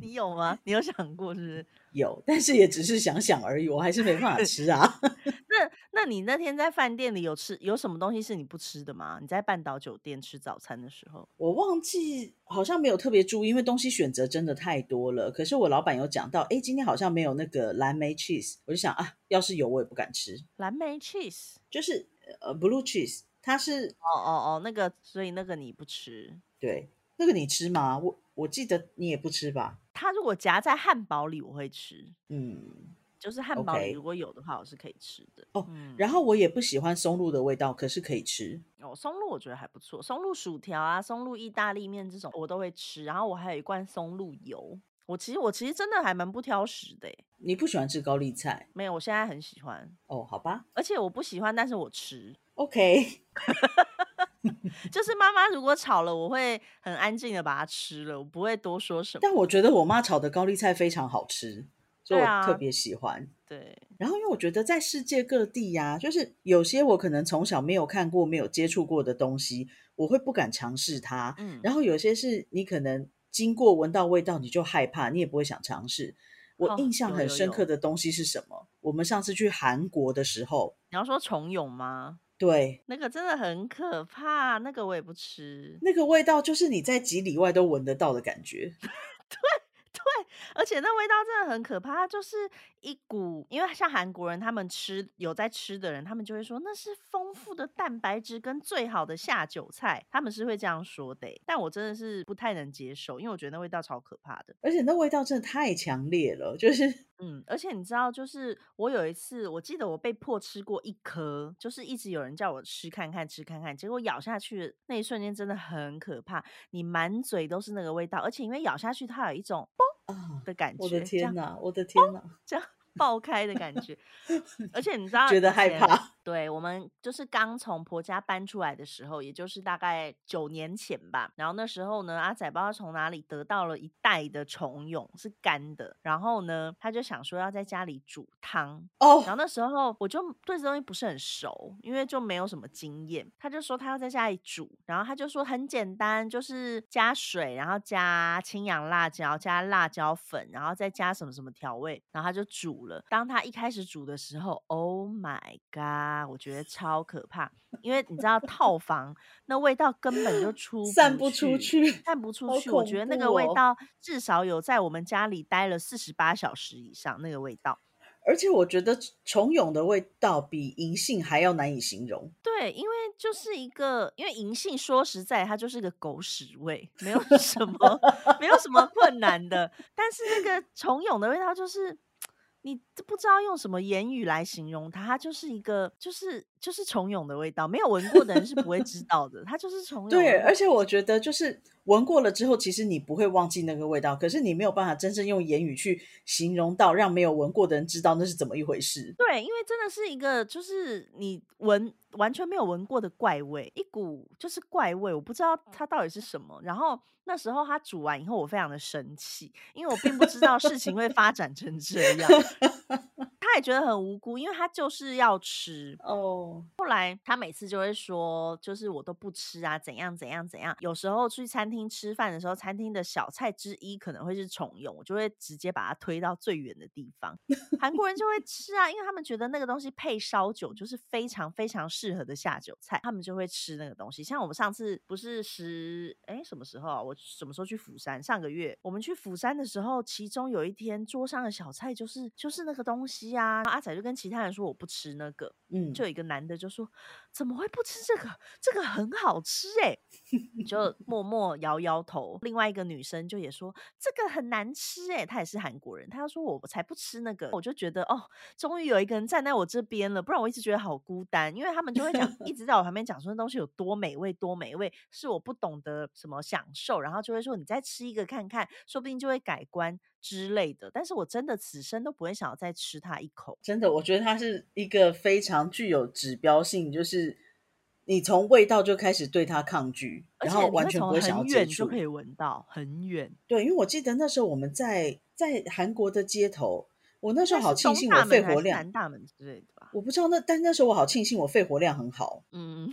Speaker 2: 你有吗？你有想过是不是？
Speaker 1: 有，但是也只是想想而已，我还是没办法吃啊。
Speaker 2: 那那你那天在饭店里有吃有什么东西是你不吃的吗？你在半岛酒店吃早餐的时候，
Speaker 1: 我忘记好像没有特别注意，因为东西选择真的太多了。可是我老板有讲到，诶，今天好像没有那个蓝莓 cheese，我就想啊，要是有我也不敢吃，
Speaker 2: 蓝莓 cheese。
Speaker 1: 就是呃 blue cheese，它是
Speaker 2: 哦哦哦，那个，所以那个你不吃。
Speaker 1: 对那个你吃吗？我我记得你也不吃吧？
Speaker 2: 它如果夹在汉堡里，我会吃。
Speaker 1: 嗯，
Speaker 2: 就是汉堡里
Speaker 1: OK
Speaker 2: 如果有的话，我是可以吃的。
Speaker 1: 哦
Speaker 2: 嗯
Speaker 1: 然后我也不喜欢松露的味道，可是可以吃。
Speaker 2: 哦，松露我觉得还不错，松露薯条啊，松露意大利面这种我都会吃。然后我还有一罐松露油，我其实我其实真的还蛮不挑食的欸。
Speaker 1: 你不喜欢吃高丽菜
Speaker 2: 没有，我现在很喜欢，
Speaker 1: 哦？好吧
Speaker 2: 而且我不喜欢，但是我吃。
Speaker 1: ，OK，
Speaker 2: 就是妈妈如果炒了，我会很安静的把它吃了，我不会多说什么。
Speaker 1: 但我觉得我妈炒的高丽菜非常好吃，所以
Speaker 2: 对
Speaker 1: 我
Speaker 2: 啊
Speaker 1: 特别喜欢。
Speaker 2: 对，
Speaker 1: 然后，因为我觉得在世界各地呀、就是有些我可能从小没有看过、没有接触过的东西，我会不敢尝试它。
Speaker 2: 嗯，
Speaker 1: 然后有些是你可能经过闻到味道你就害怕，你也不会想尝试。我
Speaker 2: 哦，
Speaker 1: 印象
Speaker 2: 有
Speaker 1: 很
Speaker 2: 有
Speaker 1: 深刻
Speaker 2: 有，
Speaker 1: 的东西是什么？我们上次去韩国的时候，
Speaker 2: 你要说虫蛹吗？
Speaker 1: 对，
Speaker 2: 那个真的很可怕，那个我也不吃。
Speaker 1: 那个味道就是你在几里外都闻得到的感觉。
Speaker 2: 而且那味道真的很可怕，它就是一股，因为像韩国人他们吃有在吃的人，他们就会说那是丰富的蛋白质跟最好的下酒菜，他们是会这样说的欸。但我真的是不太能接受，因为我觉得那味道超可怕的。
Speaker 1: 而且那味道真的太强烈了，就是
Speaker 2: 嗯，而且你知道，就是我有一次，我记得我被迫吃过一颗，就是一直有人叫我吃看看，吃看看，结果咬下去的那一瞬间真的很可怕，你满嘴都是那个味道，而且因为咬下去它有一种 嘣
Speaker 1: 啊，
Speaker 2: 的感
Speaker 1: 我的
Speaker 2: 觉，这
Speaker 1: 天
Speaker 2: 样哦
Speaker 1: 呐，我的天呐，
Speaker 2: 这样爆开的感 觉，而且你知道
Speaker 1: 觉得
Speaker 2: 以
Speaker 1: 害
Speaker 2: 前。
Speaker 1: 怕。
Speaker 2: 对我们就是刚从婆家搬出来的时候，也就是大概九年前吧。然后那时候呢，阿仔不知道从哪里得到了一袋的虫蛹，是干的。然后呢，他就想说要在家里煮汤。然
Speaker 1: 哦，
Speaker 2: 后那时候我就对这东西不是很熟，因为就没有什么经验。他就说他要在家里煮，然后他就说很简单，就是加水，然后加青阳辣椒，加辣椒粉，然后再加什么什么调味，然后他就煮了。当他一开始煮的时候，Oh my god，我觉得超可怕，因为你知道套房那味道根本就出
Speaker 1: 散
Speaker 2: 不
Speaker 1: 不出去，
Speaker 2: 去。看不出
Speaker 1: 好
Speaker 2: 去，我
Speaker 1: 恐
Speaker 2: 觉得那
Speaker 1: 怖
Speaker 2: 个味
Speaker 1: 哦！
Speaker 2: 道至少有在我们家里待了四十八小时以上，那个味道。
Speaker 1: 而且我觉得虫蛹的味道比银杏还要难以形容。
Speaker 2: 对，因为就是一个，因为银杏说实在，它就是一个狗屎味，没有什么，没有什么困难的。但是那个虫蛹的味道，就是你这不知道用什么言语来形容它，它就是一个，就是就是虫蛹的味道，没有闻过的人是不会知道的，它就是虫蛹的
Speaker 1: 对，
Speaker 2: 味
Speaker 1: 而
Speaker 2: 道。
Speaker 1: 且我觉得就是闻过了之后，其实你不会忘记那个味道，可是你没有办法真正用言语去形容到，让没有闻过的人知道那是怎么一回事。
Speaker 2: 对，因为真的是一个，就是你闻完全没有闻过的怪味，一股就是怪味，我不知道它到底是什么。然后那时候它煮完以后，我非常的生气，因为我并不知道事情会发展成这样。他也觉得很无辜，因为他就是要吃，
Speaker 1: 哦，
Speaker 2: 后来他每次就会说，就是我都不吃啊，怎样怎样怎样。有时候去餐厅吃饭的时候，餐厅的小菜之一可能会是虫蛹，我就会直接把它推到最远的地方。韩国人就会吃啊，因为他们觉得那个东西配烧酒就是非常非常适合的下酒菜，他们就会吃那个东西。像我们上次不是十哎什么时候啊？我什么时候去釜山？上个月我们去釜山的时候，其中有一天桌上的小菜就是就是那个东西啊。阿仔就跟其他人说我不吃那个，就
Speaker 1: 嗯，
Speaker 2: 有一个男的就说：“怎么会不吃这个？这个很好吃哎、就默默摇摇头。另外一个女生就也说：“这个很难吃哎、她也是韩国人，她就说：“我我才不吃那个。”我就觉得哦，终于有一个人站在我这边了，不然我一直觉得好孤单。因为他们就会讲，一直在我旁边讲说那东西有多美味，多美味，是我不懂得什么享受，然后就会说你再吃一个看看，说不定就会改观之类的。但是我真的此生都不会想要再吃它一口。
Speaker 1: 真的，我觉得它是一个非常具有指标性，就是你从味道就开始对它抗拒，
Speaker 2: 而
Speaker 1: 然
Speaker 2: 且
Speaker 1: 后
Speaker 2: 你
Speaker 1: 完
Speaker 2: 会
Speaker 1: 全不
Speaker 2: 从
Speaker 1: 会想要
Speaker 2: 很
Speaker 1: 接
Speaker 2: 远就可
Speaker 1: 触。
Speaker 2: 以闻到，很远，
Speaker 1: 对，因为我记得那时候我们在在韩国的街头，我那
Speaker 2: 应
Speaker 1: 时候
Speaker 2: 该
Speaker 1: 好
Speaker 2: 是
Speaker 1: 庆
Speaker 2: 东
Speaker 1: 幸我
Speaker 2: 大
Speaker 1: 肺
Speaker 2: 门还
Speaker 1: 活
Speaker 2: 是
Speaker 1: 量，
Speaker 2: 南大门之类的吧？
Speaker 1: 我不知道那，但那时候我好庆幸我肺活量很好，
Speaker 2: 嗯，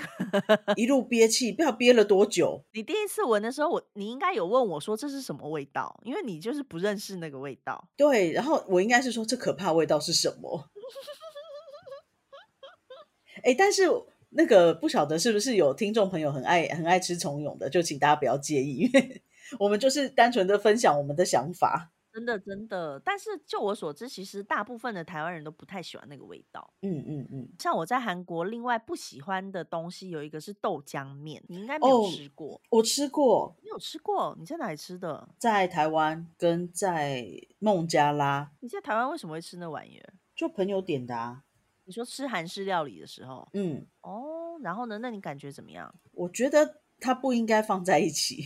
Speaker 1: 一路憋气，不知道憋了多久。
Speaker 2: 你第一次闻的时候，我你应该有问我说这是什么味道，因为你就是不认识那个味道。
Speaker 1: 对，然后我应该是说这可怕味道是什么？ 哎，但是那个不晓得是不是有听众朋友很爱很爱吃虫蛹的，就请大家不要介意，因为我们就是单纯的分享我们的想法。
Speaker 2: 真的真的，但是就我所知，其实大部分的台湾人都不太喜欢那个味道。
Speaker 1: 嗯嗯嗯，
Speaker 2: 像我在韩国，另外不喜欢的东西有一个是豆浆面，你应该没有
Speaker 1: 哦，
Speaker 2: 吃过，
Speaker 1: 我吃过，
Speaker 2: 你有吃过？你在哪里吃的？
Speaker 1: 在台湾跟在孟加拉，
Speaker 2: 你在台湾为什么会吃那玩意儿？
Speaker 1: 就朋友点的啊。
Speaker 2: 你说吃韩式料理的时候，
Speaker 1: 嗯，
Speaker 2: 哦，然后呢？那你感觉怎么样？
Speaker 1: 我觉得它不应该放在一起。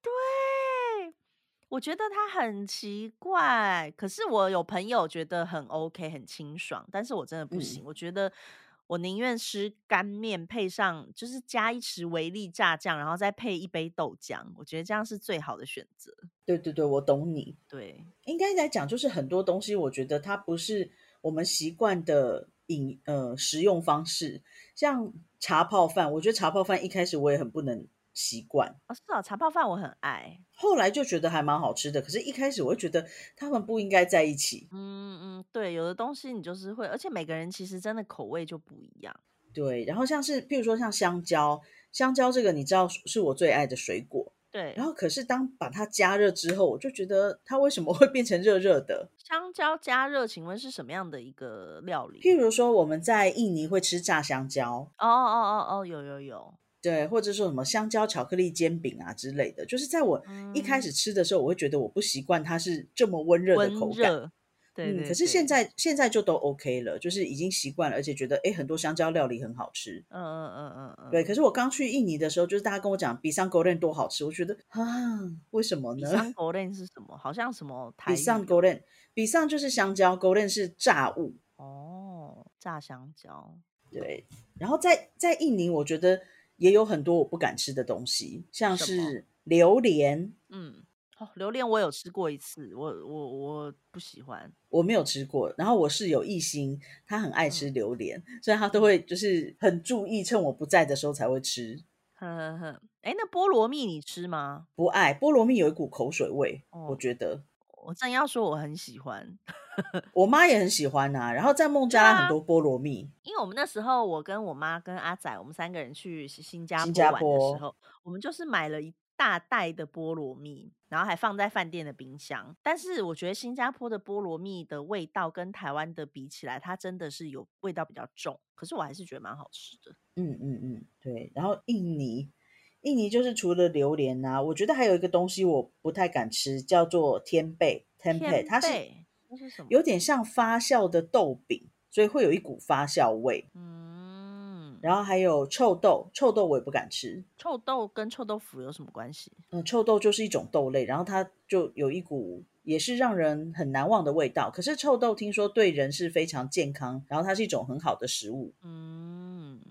Speaker 2: 对，我觉得它很奇怪。可是我有朋友觉得很 OK，很清爽，但是我真的不
Speaker 1: 嗯，
Speaker 2: 行。我觉得我宁愿吃干面，配上就是加一匙维力炸酱，然后再配一杯豆浆，我觉得这样是最好的选择。
Speaker 1: 对对对，我懂你。
Speaker 2: 对，
Speaker 1: 应该来讲，就是很多东西，我觉得它不是我们习惯的饮呃食用方式。像茶泡饭，我觉得茶泡饭一开始我也很不能习惯。
Speaker 2: 哦，是哦，茶泡饭我很爱。
Speaker 1: 后来就觉得还蛮好吃的，可是一开始我就觉得他们不应该在一起。
Speaker 2: 嗯嗯，对，有的东西你就是会，而且每个人其实真的口味就不一样。
Speaker 1: 对，然后像是譬如说像香蕉，香蕉这个你知道是我最爱的水果，
Speaker 2: 对
Speaker 1: 然，后可是当把它加热之后，我就觉得它为什么会变成热热的？
Speaker 2: 香蕉加热，请问是什么样的一个料理？
Speaker 1: 譬如说我们在印尼会吃炸香蕉，
Speaker 2: 哦哦哦哦，有有有，
Speaker 1: 对，或者说什么香蕉巧克力煎饼啊之类的，就是在我一开
Speaker 2: 嗯，
Speaker 1: 始吃的时候，我会觉得我不习惯它是这么温热的
Speaker 2: 温
Speaker 1: 口感。
Speaker 2: 热，对
Speaker 1: 嗯，
Speaker 2: 对
Speaker 1: 可是现
Speaker 2: 对，
Speaker 1: 在现在就都 OK 了，就是已经习惯了，而且觉得诶很多香蕉料理很好吃。
Speaker 2: 嗯嗯嗯嗯
Speaker 1: 对，可
Speaker 2: 嗯，
Speaker 1: 是我刚去印尼的时候，就是大家跟我讲比上狗链多好吃，我觉得啊，为什么
Speaker 2: 比
Speaker 1: 呢？
Speaker 2: 上狗链是什么？好像什么
Speaker 1: 比
Speaker 2: 台
Speaker 1: 上
Speaker 2: 语
Speaker 1: 狗
Speaker 2: 哦，
Speaker 1: 链，比上就是香蕉，狗链是炸物。
Speaker 2: 哦，炸香蕉，
Speaker 1: 对，然后在在印尼，我觉得也有很多我不敢吃的东西，像
Speaker 2: 什么？
Speaker 1: 是榴莲，
Speaker 2: 嗯，哦，榴莲我有吃过一次，我我我不喜欢，
Speaker 1: 我没有吃过。然后我室友一心，他很爱吃
Speaker 2: 嗯
Speaker 1: 榴莲，所以他都
Speaker 2: 嗯。
Speaker 1: 会就是很注意，趁我不在的时候才会吃。
Speaker 2: 哼哼哼，哎，那菠萝蜜你吃吗？
Speaker 1: 不爱菠萝蜜有一股口水味，我
Speaker 2: 哦，
Speaker 1: 觉得
Speaker 2: 我正要说我很喜欢。
Speaker 1: 我妈也很喜欢呐、然后在孟
Speaker 2: 对
Speaker 1: 加拉很
Speaker 2: 啊，
Speaker 1: 多菠萝蜜，
Speaker 2: 因为我们那时候我跟我妈跟阿仔，我们三个人去新新加
Speaker 1: 新
Speaker 2: 坡
Speaker 1: 加
Speaker 2: 玩的时
Speaker 1: 坡
Speaker 2: 候，我们就是买了一大袋的菠萝蜜，然后还放在饭店的冰箱。但是我觉得新加坡的菠萝蜜的味道跟台湾的比起来，它真的是有味道比较重，可是我还是觉得蛮好吃的。
Speaker 1: 嗯嗯嗯，对。然后印尼，印尼就是除了榴莲呐、我觉得还有一个东西我不太敢吃，叫做天贝 （tempeh），
Speaker 2: 天
Speaker 1: 它是
Speaker 2: 贝那是什
Speaker 1: 有
Speaker 2: 么？
Speaker 1: 点像发酵的豆饼，所以会有一股发酵味。
Speaker 2: 嗯，
Speaker 1: 然后还有臭豆，臭豆我也不敢吃。
Speaker 2: 臭豆跟臭豆腐有什么关系？
Speaker 1: 嗯，臭豆就是一种豆类，然后它就有一股也是让人很难忘的味道。可是臭豆听说对人是非常健康，然后它是一种很好的食物。
Speaker 2: 嗯。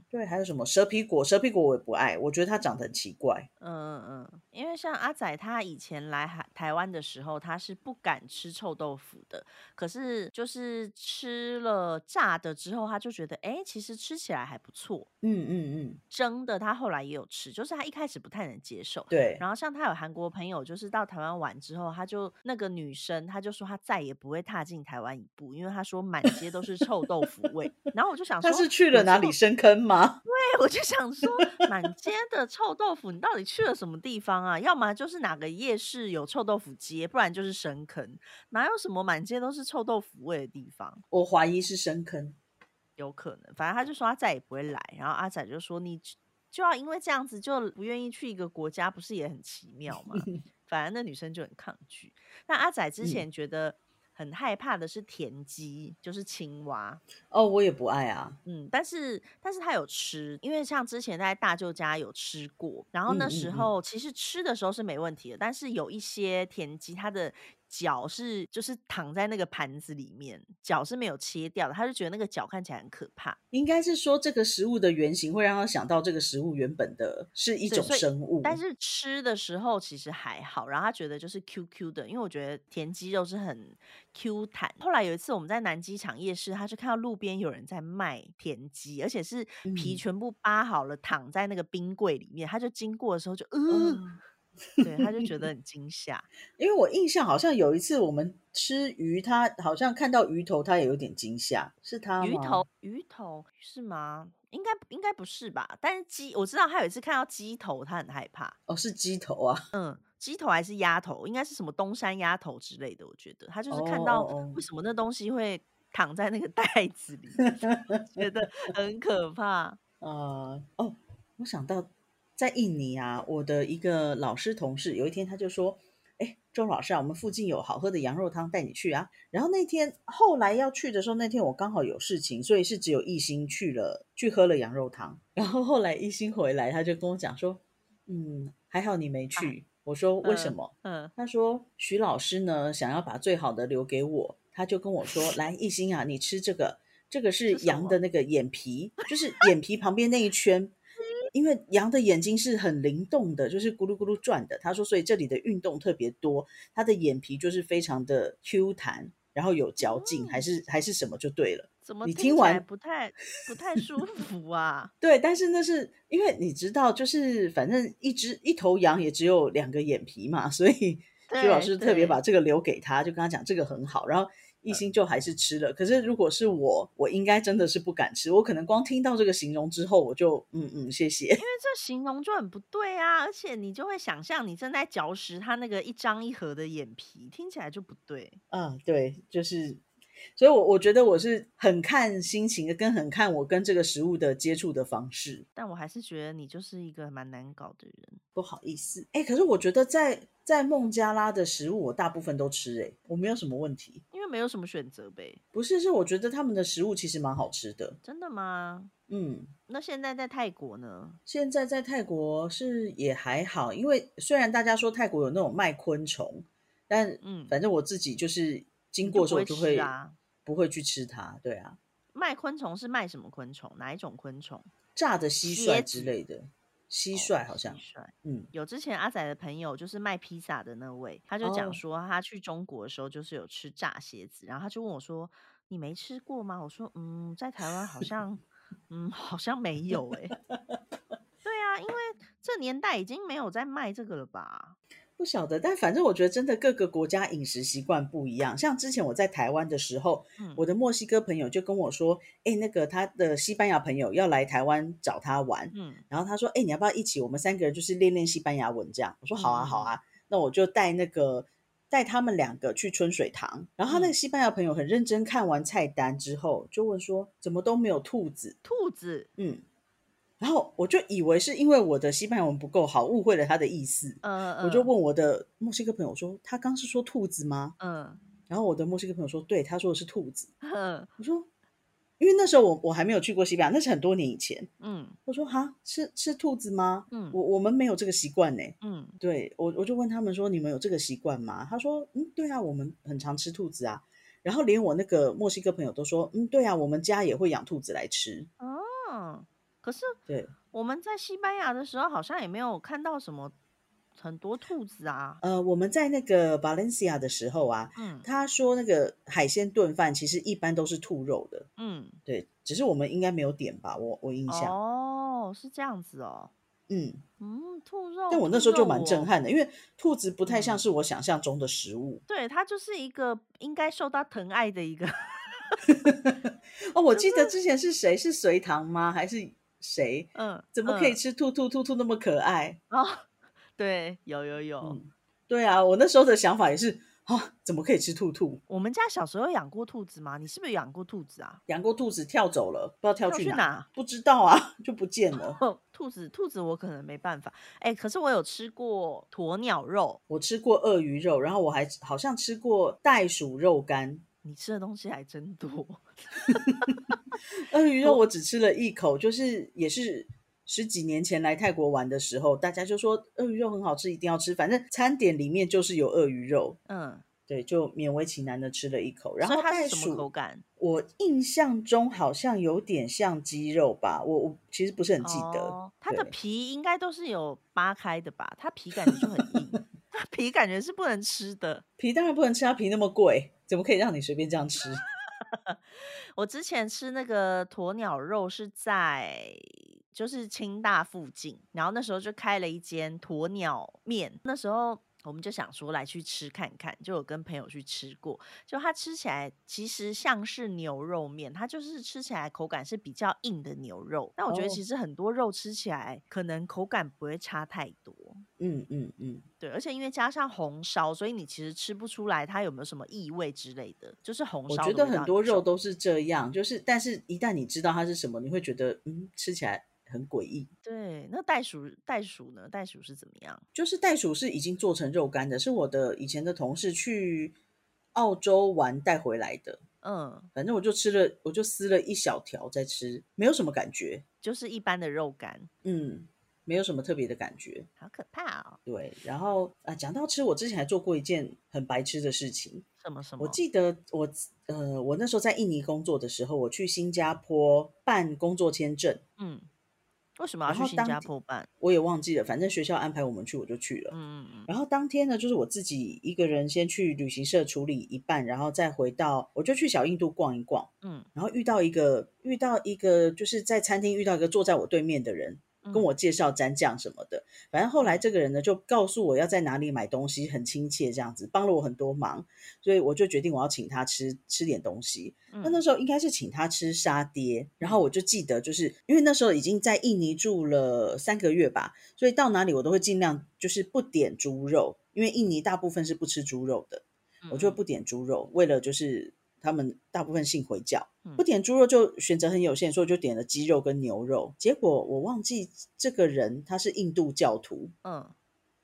Speaker 1: 对，还有什么蛇皮果？蛇皮果我也不爱，我觉得它长得很奇怪。
Speaker 2: 嗯嗯，因为像阿仔他以前来海台湾的时候，他是不敢吃臭豆腐的。可是就是吃了炸的之后，他就觉得，哎，其实吃起来还不错。
Speaker 1: 嗯嗯嗯，
Speaker 2: 蒸的他后来也有吃，就是他一开始不太能接受。
Speaker 1: 对。
Speaker 2: 然后像他有韩国朋友，就是到台湾玩之后，他就那个女生，他就说他再也不会踏进台湾一步，因为他说满街都是臭豆腐味。然后我就想
Speaker 1: 他
Speaker 2: 说，
Speaker 1: 是去
Speaker 2: 有
Speaker 1: 了
Speaker 2: 臭
Speaker 1: 哪里深坑吗？
Speaker 2: 我就想说，满街的臭豆腐，你到底去了什么地方啊？要么就是哪个夜市有臭豆腐街，不然就是深坑，哪有什么满街都是臭豆腐味的地方？
Speaker 1: 我怀疑是深坑。
Speaker 2: 有可能，反正他就说他再也不会来。然后阿仔就说你就就要因为这样子就不愿意去一个国家，不是也很奇妙吗？反正那女生就很抗拒。那阿仔之
Speaker 1: 嗯，
Speaker 2: 前觉得很害怕的是田鸡，就是青蛙。
Speaker 1: 哦，我也不爱啊。
Speaker 2: 嗯，但是但是他有吃，因为像之前在大舅家有吃过，然后
Speaker 1: 嗯
Speaker 2: 那
Speaker 1: 嗯
Speaker 2: 时
Speaker 1: 嗯，
Speaker 2: 候其实吃的时候是没问题的，但是有一些田鸡它的脚是就是躺在那个盘子里面，脚是没有切掉的，他就觉得那个脚看起来很可怕，
Speaker 1: 应该是说这个食物的原型会让他想到这个食物原本的是一
Speaker 2: 对，
Speaker 1: 种
Speaker 2: 所以
Speaker 1: 生
Speaker 2: 但
Speaker 1: 物。
Speaker 2: 是吃的时候其实还好，然后他觉得就是 Q Q 的，因为我觉得田鸡肉是很 Q 弹。后来有一次我们在南机场夜市，他就看到路边有人在卖田鸡，而且是皮
Speaker 1: 嗯，
Speaker 2: 全部扒好了躺在那个冰柜里面，他就经过的时候就呃，呃
Speaker 1: 哦，
Speaker 2: 对，他就觉得很惊吓。
Speaker 1: 因为我印象好像有一次我们吃鱼，他好像看到鱼头，他也有点惊吓，是他
Speaker 2: 鱼头，
Speaker 1: 吗？
Speaker 2: 鱼头是吗？应该应该不是吧？但是鸡，我知道他有一次看到鸡头，他很害怕。
Speaker 1: 哦，是鸡头啊。
Speaker 2: 嗯，鸡头还是鸭头，应该是什么东山鸭头之类的。我觉得他就
Speaker 1: 哦
Speaker 2: 是看到
Speaker 1: 哦
Speaker 2: 为什么那东西会躺在那个 袋子里， 觉得很可怕。
Speaker 1: 哦，呃，哦，我想到在印尼啊，我的一个老师同事，有一天他就说：“哎，周老师啊，我们附近有好喝的羊肉汤，带你去啊。”然后那天后来要去的时候，那天我刚好有事情，所以是只有一心去了，去喝了羊肉汤。然后后来一心回来，他就跟我讲说：“嗯，还好你没
Speaker 2: 哎，
Speaker 1: 去。”我说：“为什
Speaker 2: 嗯
Speaker 1: 么？”
Speaker 2: 嗯，
Speaker 1: 他说：“徐老师呢，想要把最好的留给我，他就跟我说：‘来，一心啊，你吃这个，这个是
Speaker 2: 是什
Speaker 1: 羊的
Speaker 2: 么？
Speaker 1: 那个眼皮，就是眼皮旁边那一 圈，因为羊的眼睛是很灵动的，就是咕噜咕噜转的。’他说，所以这里的运动特别多，它的眼皮就是非常的 Q 弹，然后有嚼劲，还
Speaker 2: 嗯，
Speaker 1: 是还是什么就对了。”
Speaker 2: 怎么
Speaker 1: 你
Speaker 2: 听
Speaker 1: 听
Speaker 2: 起来
Speaker 1: 完
Speaker 2: 不太不太舒服啊？
Speaker 1: 对，但是那是因为你知道，就是反正一只一头羊也只有两个眼皮嘛，所 以朱老
Speaker 2: 对
Speaker 1: 师特别把
Speaker 2: 对，嗯
Speaker 1: 这个留给他，就跟他讲这个很好，然后一心就还是吃了。可是如果是我，我应该真的是不敢吃，我可能光听到这个形容之后，我就嗯嗯谢谢。
Speaker 2: 因为这形容就很不对啊，而且你就会想象你正在嚼食它那个一张一合的眼皮，听起来就不对。
Speaker 1: 啊，对，就是，所以我我觉得我是很看心情的，跟很看我跟这个食物的接触的方式。
Speaker 2: 但我还是觉得你就是一个蛮难搞的人。
Speaker 1: 不好意思，哎，可是我觉得在在孟加拉的食物，我大部分都吃、诶哎，我没有什么问题。
Speaker 2: 因为没有什么选择呗。
Speaker 1: 不是，是我觉得他们的食物其实蛮好吃的。
Speaker 2: 真的吗？
Speaker 1: 嗯，
Speaker 2: 那现在在泰国呢？
Speaker 1: 现在在泰国是也还好，因为虽然大家说泰国有那种卖昆虫，但
Speaker 2: 嗯，
Speaker 1: 反正我自己就是经
Speaker 2: 你就
Speaker 1: 过的时
Speaker 2: 不
Speaker 1: 候，我
Speaker 2: 会
Speaker 1: 就
Speaker 2: 吃
Speaker 1: 会
Speaker 2: 啊？
Speaker 1: 不会去吃它。对啊，
Speaker 2: 卖昆虫是卖什么昆虫？哪一种昆虫？
Speaker 1: 炸的蟋
Speaker 2: 蝎
Speaker 1: 蟀之
Speaker 2: 子
Speaker 1: 类的，蟋
Speaker 2: 哦，
Speaker 1: 蟀好
Speaker 2: 蟋
Speaker 1: 像，
Speaker 2: 蟀。
Speaker 1: 嗯，
Speaker 2: 有之前阿仔的朋友就是卖披萨的那位，他就讲
Speaker 1: 哦，
Speaker 2: 说他去中国的时候就是有吃炸蝎子，然后他就问我说：“你没吃过吗？”我说：“嗯，在台湾好 像，嗯，好像没有诶、对啊，因为这年代已经没有在卖这个了吧？
Speaker 1: 不晓得，但反正我觉得真的各个国家饮食习惯不一样。像之前我在台湾的时候，
Speaker 2: 嗯
Speaker 1: 我的墨西哥朋友就跟我说，哎，那个他的西班牙朋友要来台湾找他玩，
Speaker 2: 嗯
Speaker 1: 然后他说，哎，你要不要一起？我们三个人就是练练西班牙文这样。我说好啊，好
Speaker 2: 嗯嗯
Speaker 1: 啊，那我就带那个带他们两个去春水堂。然后他那个
Speaker 2: 嗯，
Speaker 1: 西班牙朋友很认真看完菜单之后，就问说，怎么都没有兔子？
Speaker 2: 兔子。”
Speaker 1: 嗯，然后我就以为是因为我的西班牙文不够好，误会了他的意思。
Speaker 2: 嗯
Speaker 1: 我就
Speaker 2: 嗯
Speaker 1: 问我的墨西哥朋友说：“他刚是说兔子吗？”
Speaker 2: 嗯
Speaker 1: 然后我的墨西哥朋友说：“对，他说的是兔子。”
Speaker 2: 嗯
Speaker 1: 我说：“因为那时候我我还没有去过西班牙，那是很多年以前。”
Speaker 2: 嗯
Speaker 1: 我说：“哈，是是兔子吗？
Speaker 2: 嗯
Speaker 1: 我我们没有这个习惯呢。”
Speaker 2: 嗯
Speaker 1: 对我我就问他们说：“你们有这个习惯吗？”他说：“嗯，对啊，我们很常吃兔子啊。”然后连我那个墨西哥朋友都说：“嗯，对啊，我们家也会养兔子来吃。”
Speaker 2: 哦，可是
Speaker 1: 对，
Speaker 2: 我们在西班牙的时候，好像也没有看到什么很多兔子啊。
Speaker 1: 呃，我们在那个 Valencia 的时候啊，
Speaker 2: 嗯
Speaker 1: 他说那个海鲜炖饭其实一般都是兔肉的，
Speaker 2: 嗯，
Speaker 1: 对，只是我们应该没有点吧，我我印象，
Speaker 2: 哦，是这样子哦。
Speaker 1: 嗯，
Speaker 2: 嗯，兔
Speaker 1: 但
Speaker 2: 肉，
Speaker 1: 我那
Speaker 2: 兔
Speaker 1: 时候就
Speaker 2: 肉
Speaker 1: 蛮震
Speaker 2: 哦。
Speaker 1: 撼的，因为兔子不太像
Speaker 2: 嗯，
Speaker 1: 是我想象中的食物
Speaker 2: 对，它就是一个应该受到疼爱的一个，
Speaker 1: 哦。我
Speaker 2: 就
Speaker 1: 记
Speaker 2: 是
Speaker 1: 得之前是谁是隋唐吗？还是谁？
Speaker 2: 嗯
Speaker 1: 怎么可以
Speaker 2: 嗯
Speaker 1: 吃兔兔兔兔那么可爱？
Speaker 2: 哦，对，有有有，
Speaker 1: 嗯，对啊，我那时候的想法也是啊，怎么可以吃兔兔？
Speaker 2: 我们家小时候养过兔子吗？你是不是有养过兔子啊？
Speaker 1: 养过兔子跳走了，不知道跳
Speaker 2: 跳
Speaker 1: 去
Speaker 2: 去
Speaker 1: 哪，
Speaker 2: 哪？
Speaker 1: 不知道啊， 就不见了。
Speaker 2: 兔子，兔子我可能没办法。哎、可是我有吃过鸵鸟肉，
Speaker 1: 我吃过鳄鱼肉，然后我还好像吃过袋鼠肉干。
Speaker 2: 你吃的东西还真多。
Speaker 1: 鳄鱼肉
Speaker 2: 鸵，
Speaker 1: 我只吃了一口，就是也是十几年前来泰国玩的时候，大家就说鳄鱼肉很好吃，一定要吃。反正餐点里面就是有鳄鱼肉，
Speaker 2: 嗯，
Speaker 1: 对，就勉为其难的吃了一口。然
Speaker 2: 所以
Speaker 1: 后
Speaker 2: 它是
Speaker 1: 袋
Speaker 2: 什么
Speaker 1: 鼠，
Speaker 2: 口感？
Speaker 1: 我印象中好像有点像鸡肉吧，我我其实不是很记得。
Speaker 2: 哦，它的
Speaker 1: 对，
Speaker 2: 皮应该都是有扒开的吧？它皮感觉就很硬， 它皮感觉是不能吃的。
Speaker 1: 皮当然不能吃，它啊皮那么贵，怎么可以让你随便这样吃？
Speaker 2: 我之前吃那个鸵鸟肉是在就是清大附近，然后那时候就开了一间鸵鸟面，那时候。我们就想说来去吃看看，就有跟朋友去吃过，就它吃起来其实像是牛肉面，它就是吃起来口感是比较硬的牛肉。但我觉得
Speaker 1: 哦，
Speaker 2: 其实很多肉吃起来可能口感不会差太多，
Speaker 1: 嗯嗯嗯，
Speaker 2: 对，而且因为加上红烧，所以你其实吃不出来它有没有什么异味之类的，就是红
Speaker 1: 我
Speaker 2: 烧
Speaker 1: 觉
Speaker 2: 的
Speaker 1: 得
Speaker 2: 味
Speaker 1: 很
Speaker 2: 道很
Speaker 1: 多肉
Speaker 2: 重。
Speaker 1: 都是这样，就是但是一旦你知道它是什么，你会觉得嗯，吃起来很诡异。
Speaker 2: 对，那袋鼠袋鼠呢？袋鼠是怎么样？
Speaker 1: 就是袋鼠是已经做成肉干的，是我的以前的同事去澳洲玩带回来的。
Speaker 2: 嗯，
Speaker 1: 反正我就吃了，我就撕了一小条再吃，没有什么感觉，
Speaker 2: 就是一般的肉干，
Speaker 1: 嗯，没有什么特别的感觉。
Speaker 2: 好可怕哦！
Speaker 1: 对，然后啊，讲到吃，我之前还做过一件很白痴的事情。
Speaker 2: 什么什
Speaker 1: 我
Speaker 2: 么？
Speaker 1: 记得我呃，我那时候在印尼工作的时候，我去新加坡办工作签证，
Speaker 2: 嗯为什么要
Speaker 1: 然
Speaker 2: 去
Speaker 1: 后
Speaker 2: 新
Speaker 1: 当
Speaker 2: 加
Speaker 1: 地
Speaker 2: 坡办？
Speaker 1: 我也忘记了，反正学校安排我们去，我就去了。
Speaker 2: 嗯嗯
Speaker 1: 然后当天呢，就是我自己一个人先去旅行社处理一半，然后再回到，我就去小印度逛一逛，
Speaker 2: 嗯
Speaker 1: 然后遇到一个遇到一个就是在餐厅遇到一个坐在我对面的人，
Speaker 2: 嗯，
Speaker 1: 跟我介绍蘸酱什么的。反正后来这个人呢，就告诉我要在哪里买东西，很亲切这样子，帮了我很多忙，所以我就决定我要请他吃吃点东西。那那
Speaker 2: 嗯
Speaker 1: 时候应该是请他吃沙爹，然后我就记得，就是因为那时候已经在印尼住了三个月吧，所以到哪里我都会尽量就是不点猪肉，因为印尼大部分是不吃猪肉的，我就
Speaker 2: 嗯
Speaker 1: 不点猪肉，为了就是他们大部分信回教，
Speaker 2: 嗯
Speaker 1: 不点猪肉就选择很有限，所以我就点了鸡肉跟牛肉。结果我忘记这个人他是印度教徒，
Speaker 2: 嗯，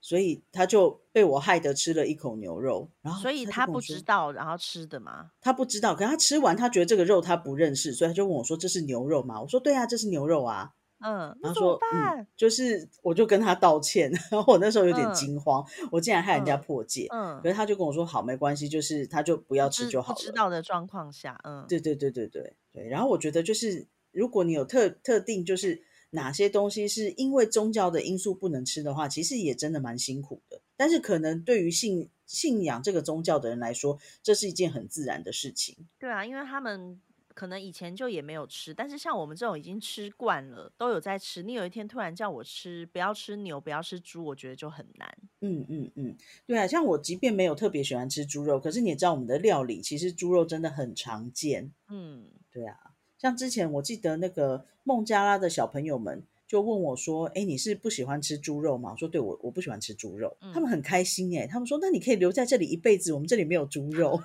Speaker 1: 所以他就被我害得吃了一口牛肉，然后
Speaker 2: 所以
Speaker 1: 哦他就
Speaker 2: 他
Speaker 1: 跟我
Speaker 2: 不
Speaker 1: 说
Speaker 2: 知道，然后吃的嘛，
Speaker 1: 他不知道，可他吃完他觉得这个肉他不认识，所以他就问我说这是牛肉吗？我说对啊，这是牛肉啊。
Speaker 2: 嗯，那
Speaker 1: 然后
Speaker 2: 怎
Speaker 1: 说，
Speaker 2: 么
Speaker 1: 嗯，
Speaker 2: 办？
Speaker 1: 就是我就跟他道歉， 然后我那时候有点
Speaker 2: 嗯
Speaker 1: 惊慌，我竟然害人家
Speaker 2: 嗯
Speaker 1: 破戒，
Speaker 2: 嗯，
Speaker 1: 可是他就跟我说，好，没关系，就是他就不要
Speaker 2: 不
Speaker 1: 吃
Speaker 2: 知
Speaker 1: 就
Speaker 2: 不
Speaker 1: 好
Speaker 2: 知
Speaker 1: 了。
Speaker 2: 道的状况下，嗯
Speaker 1: 对对对对对对。然后我觉得就是，如果你有特特定就是哪些东西是因为宗教的因素不能吃的话，其实也真的蛮辛苦的。但是可能对于信信仰这个宗教的人来说，这是一件很自然的事情。
Speaker 2: 对啊，因为他们可能以前就也没有吃，但是像我们这种已经吃惯了，都有在吃。你有一天突然叫我吃，不要吃牛，不要吃猪，我觉得就很难。
Speaker 1: 嗯嗯嗯，对啊，像我即便没有特别喜欢吃猪肉，可是你也知道我们的料理其实猪肉真的很常见。
Speaker 2: 嗯
Speaker 1: 对啊，像之前我记得那个孟加拉的小朋友们就问我说：“哎，你是不喜欢吃猪肉吗？”我说：“对，我我不喜欢吃猪肉。”他
Speaker 2: 嗯，
Speaker 1: 们很开心哎，他们说：“那你可以留在这里一辈子，我们这里没有猪 肉。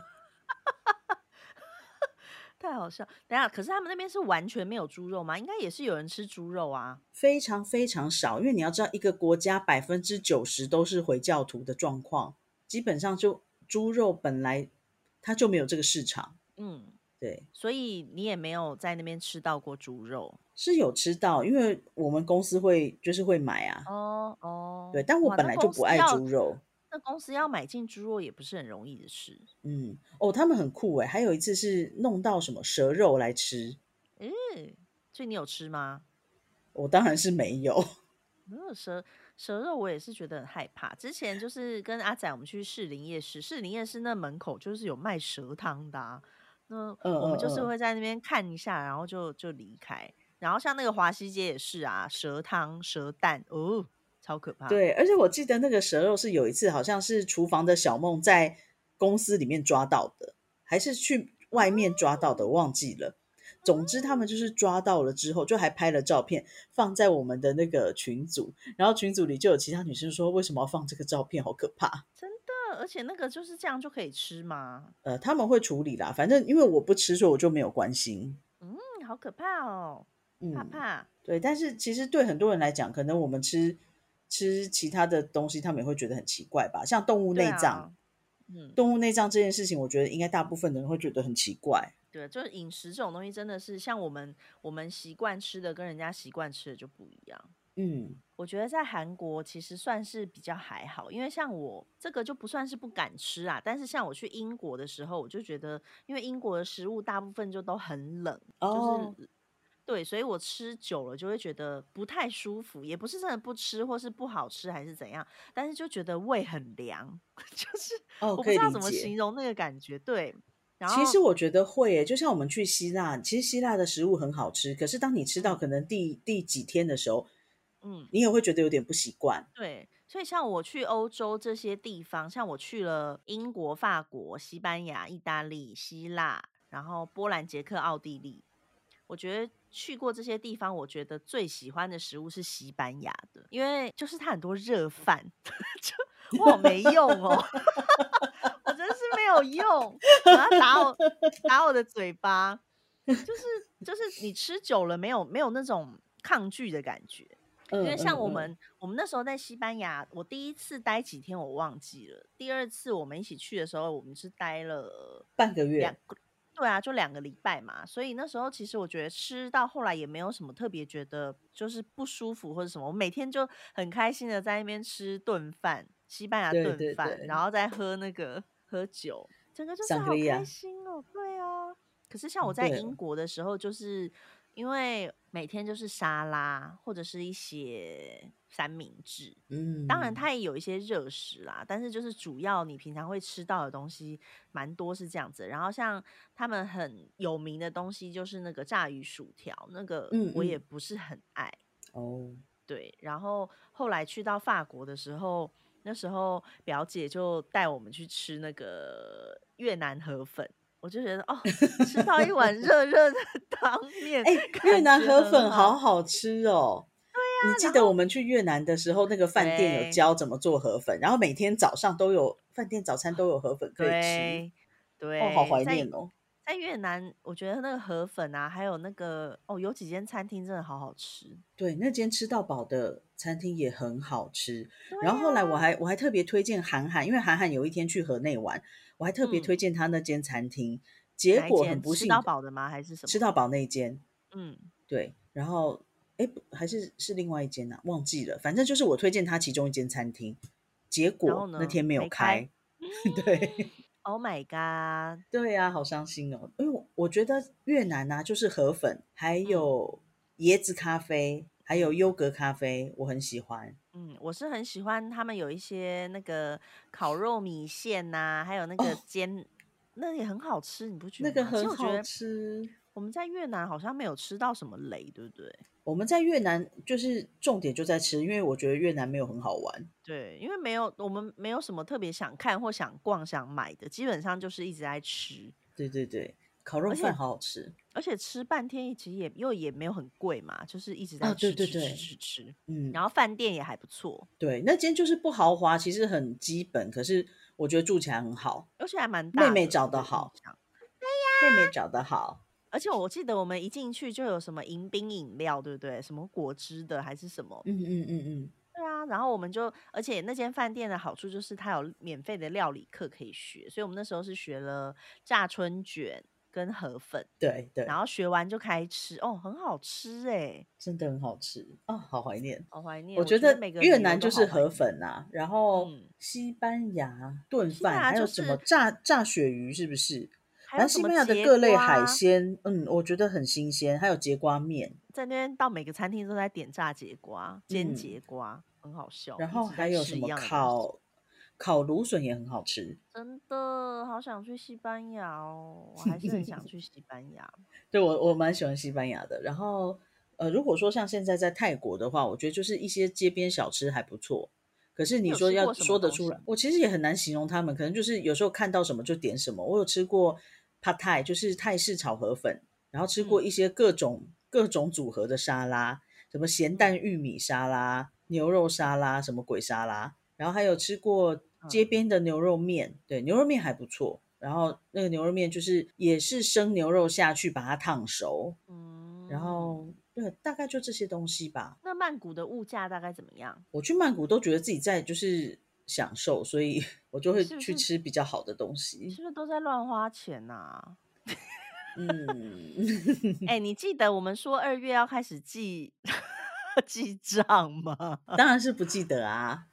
Speaker 2: 太好笑。等一下，可是他们那边是完全没有猪肉吗？应该也是有人吃猪肉啊。”
Speaker 1: 非常非常少，因为你要知道，一个国家百分之九十都是回教徒的状况，基本上就猪肉本来它就没有这个市场，
Speaker 2: 嗯，
Speaker 1: 对。
Speaker 2: 所以你也没有在那边吃到过猪肉。
Speaker 1: 是有吃到，因为我们公司会就是会买啊，
Speaker 2: 哦
Speaker 1: 对，
Speaker 2: 哦，
Speaker 1: 但我
Speaker 2: 哇，
Speaker 1: 本
Speaker 2: 那
Speaker 1: 来就
Speaker 2: 公
Speaker 1: 不
Speaker 2: 司
Speaker 1: 爱
Speaker 2: 要
Speaker 1: 猪肉，
Speaker 2: 那公司要买进猪肉也不是很容易的事。
Speaker 1: 嗯，哦，他们很酷诶，还有一次是弄到什么蛇肉来吃，
Speaker 2: 嗯，所以你有吃吗？
Speaker 1: 我当然是没有，
Speaker 2: 没有蛇蛇肉，我也是觉得很害怕。之前就是跟阿仔我们去士林夜市，士林夜市那门口就是有卖蛇汤的、啊，那
Speaker 1: 嗯
Speaker 2: 我们
Speaker 1: 嗯
Speaker 2: 就是
Speaker 1: 嗯，
Speaker 2: 会在那边看一下，然后就就离开。然后像那个华西街也是啊，蛇汤、蛇蛋，哦，超可怕。
Speaker 1: 对，而且我记得那个蛇肉是有一次好像是厨房的小梦在公司里面抓到的，还是去外面抓到的，我忘记了。总之，他们就是抓到了之后，就还拍了照片放在我们的那个群组，然后群组里就有其他女生说为什么要放这个照片，好可怕。
Speaker 2: 真的，而且那个就是这样就可以吃吗？
Speaker 1: 呃，他们会处理啦，反正因为我不吃，所以我就没有关心。
Speaker 2: 嗯，好可怕哦，怕
Speaker 1: 嗯，
Speaker 2: 怕。
Speaker 1: 对，但是其实对很多人来讲，可能我们吃吃其他的东西，他们也会觉得很奇怪吧，像动物
Speaker 2: 对
Speaker 1: 内脏。
Speaker 2: 啊，嗯，
Speaker 1: 动物内脏这件事情，我觉得应该大部分的人会觉得很奇怪。
Speaker 2: 对，就是饮食这种东西真的是像我们我们习惯吃的跟人家习惯吃的就不一样。
Speaker 1: 嗯
Speaker 2: 我觉得在韩国其实算是比较还好，因为像我这个就不算是不敢吃啊，但是像我去英国的时候，我就觉得，因为英国的食物大部分就都很冷，就是
Speaker 1: 哦，
Speaker 2: 对，所以我吃久了就会觉得不太舒服，也不是真的不吃或是不好吃还是怎样，但是就觉得胃很凉， 就是
Speaker 1: 哦，
Speaker 2: 我不
Speaker 1: 可
Speaker 2: 知
Speaker 1: 以
Speaker 2: 道
Speaker 1: 理
Speaker 2: 怎么
Speaker 1: 解。
Speaker 2: 形容那个感觉。对，然
Speaker 1: 其实
Speaker 2: 后
Speaker 1: 我觉得会耶，就像我们去希腊，其实希腊的食物很好吃，可是当你吃到
Speaker 2: 嗯
Speaker 1: 可能第第几天的时候，
Speaker 2: 嗯，
Speaker 1: 你也会觉得有点不习惯。
Speaker 2: 对，所以像我去欧洲这些地方，像我去了英国、法国、西班牙、意大利、希腊，然后波兰、捷克、奥地利，我觉得去过这些地方，我觉得最喜欢的食物是西班牙的，因为就是它很多热饭， 就我好没用哦， 我真是没有用，我要打我打我的嘴巴，就是就是你吃久了没有没有那种抗拒的感觉。因
Speaker 1: 嗯
Speaker 2: 为像
Speaker 1: 嗯
Speaker 2: 我
Speaker 1: 嗯，
Speaker 2: 们，我们那时候在西班牙，我第一次待几天我忘记了，第二次我们一起去的时候，我们是待了
Speaker 1: 半个
Speaker 2: 两
Speaker 1: 月。
Speaker 2: 个，对啊，就两个礼拜嘛。所以那时候其实我觉得吃到后来也没有什么特别觉得就是不舒服或者什么，我每天就很开心的在那边吃顿饭，西班牙
Speaker 1: 对
Speaker 2: 顿
Speaker 1: 对
Speaker 2: 饭，然
Speaker 1: 对，
Speaker 2: 后再喝那个喝酒，整个就是
Speaker 1: 桑格
Speaker 2: 好
Speaker 1: 利
Speaker 2: 开
Speaker 1: 亚，
Speaker 2: 心哦。对啊，可是像我在
Speaker 1: 嗯对
Speaker 2: 英国的时候，就是因为每天就是沙拉或者是一些三明治。
Speaker 1: 嗯，
Speaker 2: 当然，它也有一些热食啦，但是就是主要你平常会吃到的东西蛮多是这样子。然后像他们很有名的东西就是那个炸鱼薯条，那个
Speaker 1: 嗯
Speaker 2: 我也
Speaker 1: 嗯
Speaker 2: 不是很爱。
Speaker 1: 哦，
Speaker 2: 对，然后后来去到法国的时候，那时候表姐就带我们去吃那个越南河粉，我就觉得哦，吃到 一碗热热的汤面，
Speaker 1: 哎、越
Speaker 2: 感
Speaker 1: 南
Speaker 2: 觉
Speaker 1: 河
Speaker 2: 很
Speaker 1: 粉好
Speaker 2: 好。啊
Speaker 1: 好吃哦。你记
Speaker 2: 然
Speaker 1: 得我
Speaker 2: 后
Speaker 1: 们去越南的时候，那个饭店有
Speaker 2: 对
Speaker 1: 教怎么做河粉，然后每天早上都有饭店早餐都有河粉可以吃。
Speaker 2: 对
Speaker 1: 哦，好
Speaker 2: 对，
Speaker 1: 怀
Speaker 2: 在
Speaker 1: 念哦。
Speaker 2: 在越南，我觉得那个河粉啊，还有那个哦，有几间餐厅真的好好吃。
Speaker 1: 对，那间吃到饱的餐厅也很好吃。
Speaker 2: 对啊
Speaker 1: 然后后来我
Speaker 2: 呀、
Speaker 1: 还我还特别推荐韩寒，因为韩寒有一天去河内玩，我还特别推
Speaker 2: 嗯，
Speaker 1: 荐他那间餐厅。结
Speaker 2: 哪一
Speaker 1: 果很
Speaker 2: 间
Speaker 1: 不
Speaker 2: 吃
Speaker 1: 幸
Speaker 2: 到
Speaker 1: 的，
Speaker 2: 饱的吗？还是什
Speaker 1: 吃
Speaker 2: 么？
Speaker 1: 到饱那一间，
Speaker 2: 嗯，
Speaker 1: 对，然后哎，诶不还是是另外一间呐、啊忘记了。反正就是我推荐他其中一间餐厅，结
Speaker 2: 然后
Speaker 1: 果那
Speaker 2: 呢，
Speaker 1: 天没有
Speaker 2: 没开。
Speaker 1: 开。 对，
Speaker 2: Oh my god！
Speaker 1: 对呀、好伤心哦。因为我我觉得越南呐、就是河粉，还
Speaker 2: 嗯
Speaker 1: 有椰子咖啡，还有优格咖啡，我很喜欢。
Speaker 2: 嗯，我是很喜欢他们有一些那个烤肉米线呐、还有那个
Speaker 1: 哦，
Speaker 2: 煎，那也很好吃，你不觉
Speaker 1: 那
Speaker 2: 得
Speaker 1: 个很
Speaker 2: 吗？啊其实我觉
Speaker 1: 好
Speaker 2: 得
Speaker 1: 吃。
Speaker 2: 我们在越南好像没有吃到什么雷，对不对？
Speaker 1: 我们在越南就是重点就在吃，因为我觉得越南没有很好玩。
Speaker 2: 对，因为没有我们没有什么特别想看或想逛、想买的，基本上就是一直在吃，
Speaker 1: 对对对，烤肉
Speaker 2: 而
Speaker 1: 饭
Speaker 2: 且
Speaker 1: 好好吃
Speaker 2: 而且吃半天其实也又也没有很贵嘛，就是一直
Speaker 1: 啊、
Speaker 2: 在
Speaker 1: 对
Speaker 2: 吃
Speaker 1: 对
Speaker 2: 吃吃
Speaker 1: 对，
Speaker 2: 吃吃，
Speaker 1: 嗯，
Speaker 2: 然后饭店也还不错，
Speaker 1: 对，那间就是不豪华，其实很基本，可是我觉得住起来很好。
Speaker 2: 而且还蛮
Speaker 1: 妹
Speaker 2: 大
Speaker 1: 妹
Speaker 2: 的，
Speaker 1: 找
Speaker 2: 我
Speaker 1: 得
Speaker 2: 的印
Speaker 1: 好，
Speaker 2: 象。
Speaker 1: 妹妹找得好，
Speaker 2: 而且我记得我们一进去就有什么迎宾饮料，对不对？什么果汁的还是什么？
Speaker 1: 嗯嗯嗯嗯，
Speaker 2: 对啊，然后我们就，而且那间饭店的好处就是它有免费的料理课可以学，所以我们那时候是学了炸春卷跟河粉，
Speaker 1: 对
Speaker 2: 然
Speaker 1: 对，
Speaker 2: 后学完就开吃，哦，很好吃哎、
Speaker 1: 真的很好吃啊、好怀念。
Speaker 2: 好怀念！
Speaker 1: 我
Speaker 2: 我
Speaker 1: 觉
Speaker 2: 觉得
Speaker 1: 得
Speaker 2: 每个
Speaker 1: 越
Speaker 2: 旅游
Speaker 1: 南
Speaker 2: 都
Speaker 1: 就是
Speaker 2: 好怀
Speaker 1: 河
Speaker 2: 念。
Speaker 1: 粉啊，然后
Speaker 2: 嗯，
Speaker 1: 西班牙炖
Speaker 2: 西班
Speaker 1: 饭，
Speaker 2: 牙
Speaker 1: 还有
Speaker 2: 就
Speaker 1: 什么
Speaker 2: 是
Speaker 1: 炸炸鳕鱼，是不是？
Speaker 2: 还
Speaker 1: 反正
Speaker 2: 有什
Speaker 1: 西
Speaker 2: 么
Speaker 1: 班牙的
Speaker 2: 节
Speaker 1: 各类海
Speaker 2: 瓜，
Speaker 1: 鲜，嗯，我觉得很新鲜，还有节瓜面，
Speaker 2: 在那边到每个餐厅都在点炸节瓜、煎
Speaker 1: 嗯，
Speaker 2: 节瓜，很好笑，
Speaker 1: 然
Speaker 2: 一
Speaker 1: 后
Speaker 2: 直在
Speaker 1: 还有什
Speaker 2: 吃一
Speaker 1: 么
Speaker 2: 样的东西。
Speaker 1: 烤烤芦笋也很好吃。
Speaker 2: 真的好想去西班牙哦，我还是很想去西班牙。
Speaker 1: 对我我蛮喜欢西班牙的。然后呃，如果说像现在在泰国的话，我觉得就是一些街边小吃还不错。可是
Speaker 2: 你
Speaker 1: 你
Speaker 2: 有
Speaker 1: 说
Speaker 2: 吃
Speaker 1: 要
Speaker 2: 过什么
Speaker 1: 说得
Speaker 2: 东
Speaker 1: 出来，
Speaker 2: 西？
Speaker 1: 我其实也很难形容他们，可能就是有时候看到什么就点什么。我有吃过 pad thai，就是泰式炒河粉，然后吃过
Speaker 2: 嗯
Speaker 1: 一些各种各种组合的沙拉，什么咸蛋
Speaker 2: 嗯
Speaker 1: 玉米沙拉、牛肉沙拉，什么鬼沙拉。然后还有吃过街
Speaker 2: 嗯，
Speaker 1: 边的牛肉面，对，牛肉面还不错。然后那个牛肉面就是也是生牛肉下去把它烫熟， 然
Speaker 2: 嗯，
Speaker 1: 后对，大概就这些东西吧。
Speaker 2: 那曼谷的物价大概怎么样？
Speaker 1: 我去曼谷都觉得自己在就是享受，所以 我就会
Speaker 2: 是不
Speaker 1: 去
Speaker 2: 是
Speaker 1: 吃比较好的东西。
Speaker 2: 是不是都在乱花钱 呐、
Speaker 1: 嗯，
Speaker 2: 哎、你记得我们说二月要开始记 记 账吗？
Speaker 1: 当然是不记得啊。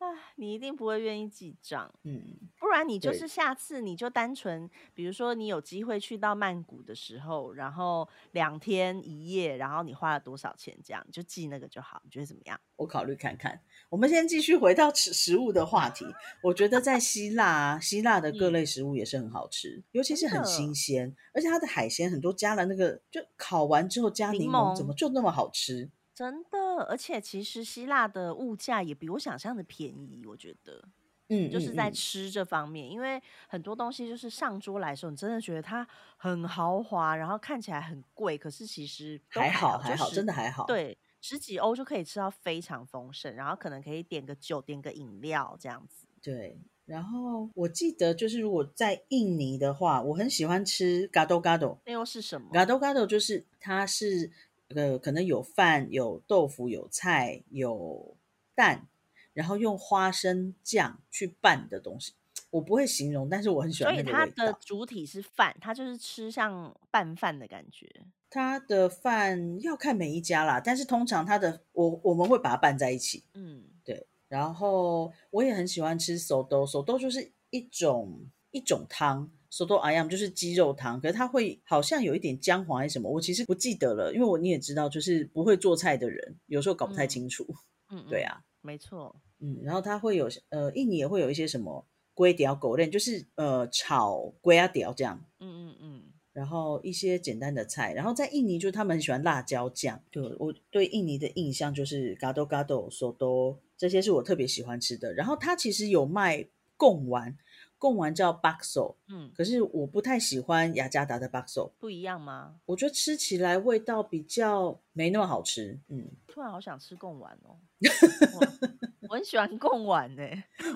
Speaker 2: 哎，你一定不会愿意记账，
Speaker 1: 嗯，
Speaker 2: 不然你就
Speaker 1: 对，
Speaker 2: 是下次你就单纯，比如说你有机会去到曼谷的时候，然后两天一夜，然后你花了多少钱，这样你就记那个就好，你觉得怎么样？
Speaker 1: 我考虑看看。我们先继续回到吃食物的话题。我觉得在希腊啊，希腊的各
Speaker 2: 嗯，
Speaker 1: 类食物也是很好吃，尤其
Speaker 2: 真
Speaker 1: 是很新
Speaker 2: 的，
Speaker 1: 鲜，而且它的海鲜很多加了那个，就烤完之后加
Speaker 2: 柠
Speaker 1: 柠檬，怎么
Speaker 2: 檬
Speaker 1: 就那么好吃？
Speaker 2: 真的，而且其实希腊的物价也比我想象的便宜，我觉得。
Speaker 1: 嗯嗯
Speaker 2: 就是在
Speaker 1: 嗯，
Speaker 2: 吃这方面，因为很多东西就是上桌来的时候，你真的觉得它很豪华，然后看起来很贵，可是其实都
Speaker 1: 还
Speaker 2: 还
Speaker 1: 好
Speaker 2: 好，
Speaker 1: 还
Speaker 2: 就
Speaker 1: 好，
Speaker 2: 十
Speaker 1: 真的还好。
Speaker 2: 对十几欧就可以吃到非常丰盛，然后可能可以点个酒，点个饮料这样子。
Speaker 1: 对，然后我记得就是如果在印尼的话，我很喜欢吃 gado gado。
Speaker 2: 那又是什么？
Speaker 1: gado gado 就是它是呃，可能有饭、有豆腐、有菜、有蛋，然后用花生酱去拌的东西。我不会形容，但是我很喜
Speaker 2: 所
Speaker 1: 欢
Speaker 2: 以
Speaker 1: 那个
Speaker 2: 它
Speaker 1: 味
Speaker 2: 的
Speaker 1: 道。
Speaker 2: 主体是饭，它就是吃像拌饭的感觉。
Speaker 1: 它的饭要看每一家啦，但是通常它的我我们会把它拌在一起。
Speaker 2: 嗯
Speaker 1: 对，然后我也很喜欢吃手豆，手豆就是一种。一种汤。soto ayam 就是鸡肉汤，可是它会好像有一点姜黄还是什么，我其实不记得了，因为我你也知道，就是不会做菜的人有时候搞不太
Speaker 2: 嗯
Speaker 1: 清楚。
Speaker 2: 嗯，
Speaker 1: 对
Speaker 2: 嗯
Speaker 1: 啊，
Speaker 2: 没错，
Speaker 1: 嗯，然后它会有呃，印尼也会有一些什么龟雕狗链，就是呃炒龟啊雕这样，
Speaker 2: 嗯嗯嗯，
Speaker 1: 然后一些简单的菜，然后在印尼就是他们很喜欢辣椒酱。对我对印尼的印象就是 gado gado、soto 这些是我特别喜欢吃的。然后它其实有卖贡丸，贡丸叫 bakso，
Speaker 2: 嗯，
Speaker 1: 可是我不太喜欢雅加达的 bakso，
Speaker 2: 不一样吗？
Speaker 1: 我觉得吃起来味道比较没那么好吃。嗯，
Speaker 2: 突然好想吃贡丸 哦，我我很喜欢贡丸呢、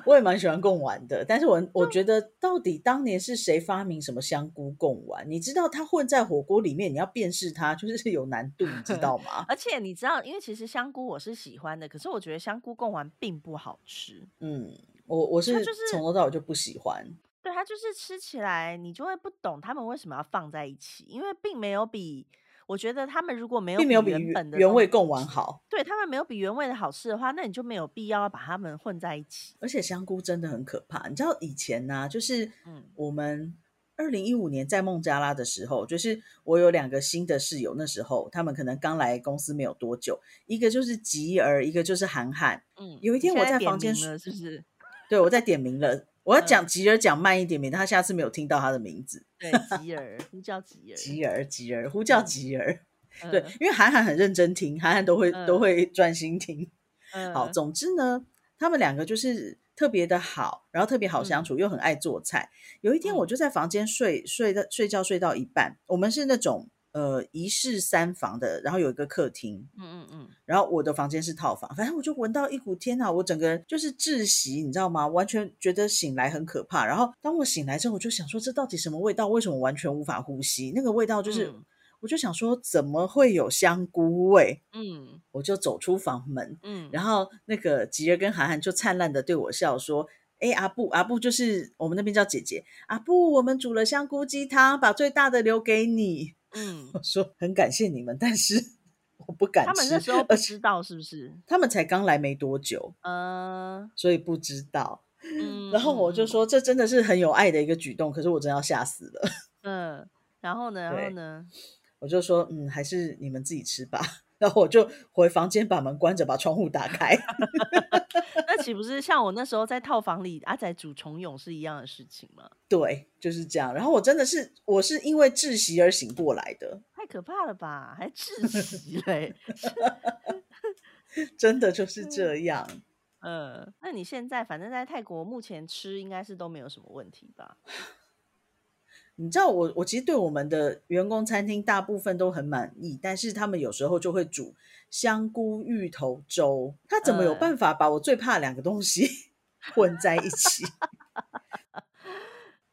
Speaker 1: 我也蛮喜欢贡丸的，但是我我觉得到底当年是谁发明什么香菇贡丸？你知道它混在火锅里面，你要辨识它就是有难度，你知道吗？
Speaker 2: 而且你知道，因为其实香菇我是喜欢的，可是我觉得香菇贡丸并不好吃。
Speaker 1: 嗯，我我
Speaker 2: 它
Speaker 1: 是
Speaker 2: 就是
Speaker 1: 从头到尾就不喜欢。
Speaker 2: 对，它就是吃起来你就会不懂他们为什么要放在一起，因为并没有比我觉得他们如果没有
Speaker 1: 并没
Speaker 2: 比
Speaker 1: 有比
Speaker 2: 原
Speaker 1: 原
Speaker 2: 本的
Speaker 1: 原
Speaker 2: 东
Speaker 1: 味
Speaker 2: 西
Speaker 1: 贡丸
Speaker 2: 吃，
Speaker 1: 好，
Speaker 2: 对他们没有比原味的好吃的话，那你就没有必要把它们混在一起。
Speaker 1: 而且香菇真的很可怕。你知道以前呢、就是
Speaker 2: 嗯
Speaker 1: 我们二零一五年在孟加拉的时候，就是我有两个新的室友，那时候他们可能刚来公司没有多久，一个就是吉儿，一个就是韩寒。
Speaker 2: 嗯，
Speaker 1: 有一
Speaker 2: 你
Speaker 1: 天
Speaker 2: 现
Speaker 1: 我
Speaker 2: 在
Speaker 1: 在
Speaker 2: 点
Speaker 1: 房间
Speaker 2: 名
Speaker 1: 睡，
Speaker 2: 了是不 是？
Speaker 1: 对我在点名了，我要讲
Speaker 2: 嗯，
Speaker 1: 吉儿讲慢一点，免得他下次没有听到他的名字。
Speaker 2: 对，吉尔呼叫吉尔，
Speaker 1: 吉儿，吉儿，呼叫
Speaker 2: 嗯
Speaker 1: 吉儿。对，
Speaker 2: 嗯
Speaker 1: 因为韩寒很认真听，韩寒都会都
Speaker 2: 嗯
Speaker 1: 会专心听。好，
Speaker 2: 嗯
Speaker 1: 总之呢，他们两个就是特别的好，然后特别好相
Speaker 2: 嗯
Speaker 1: 处，又很爱做菜。有一天，我
Speaker 2: 嗯
Speaker 1: 就在房间睡睡到睡觉睡到一半，我们是那种呃一室三房的，然后有一个客厅，
Speaker 2: 嗯嗯嗯，
Speaker 1: 然后我的房间是套房，反正我就闻到一股天呐，我整个人就是窒息，你知道吗？完全觉得醒来很可怕。然后当我醒来之后，我就想说这到底什么味道？为什么完全无法呼吸？那个味道就是，
Speaker 2: 嗯
Speaker 1: 我就想说怎么会有香菇味？
Speaker 2: 嗯
Speaker 1: 我就走出房门，然
Speaker 2: 嗯，
Speaker 1: 后那个吉儿跟韩寒就灿烂的对我笑说：“哎，阿布，阿布就是我们那边叫姐姐，阿布，我们煮了香菇鸡汤，把最大的留给你。”
Speaker 2: 嗯，
Speaker 1: 我说很感谢你们，但是我不敢
Speaker 2: 他们那
Speaker 1: 吃，呃
Speaker 2: 时候
Speaker 1: 而
Speaker 2: 不
Speaker 1: 且
Speaker 2: 知道是不是？
Speaker 1: 他们才刚来没多久，
Speaker 2: 呃，
Speaker 1: 所以不知道。
Speaker 2: 嗯
Speaker 1: 然后我就
Speaker 2: 嗯
Speaker 1: 说这真的是很有爱的一个举动，可是我真的要吓死了。
Speaker 2: 嗯嗯，然后呢，然后
Speaker 1: 对，
Speaker 2: 呢，
Speaker 1: 我就说嗯，还是你们自己吃吧。 然后我就回房间把门关着，把窗户打开。
Speaker 2: 那岂不是像我那时候在套房里阿仔煮虫蛹是一样的事情吗？
Speaker 1: 对，就是这样。然后我真的是，我是因为窒息而醒过来的，
Speaker 2: 太可怕了吧，还窒息嘞、
Speaker 1: 真的就是
Speaker 2: 嗯
Speaker 1: 这样。嗯
Speaker 2: 呃，那你现在反正在泰国目前吃应该是都没有什么问题吧？
Speaker 1: 你知道我，我其实对我们的员工餐厅大部分都很满意，但是他们有时候就会煮香菇芋头粥，他怎么有
Speaker 2: 呃，
Speaker 1: 办法把我最怕的两个东西 混在一起？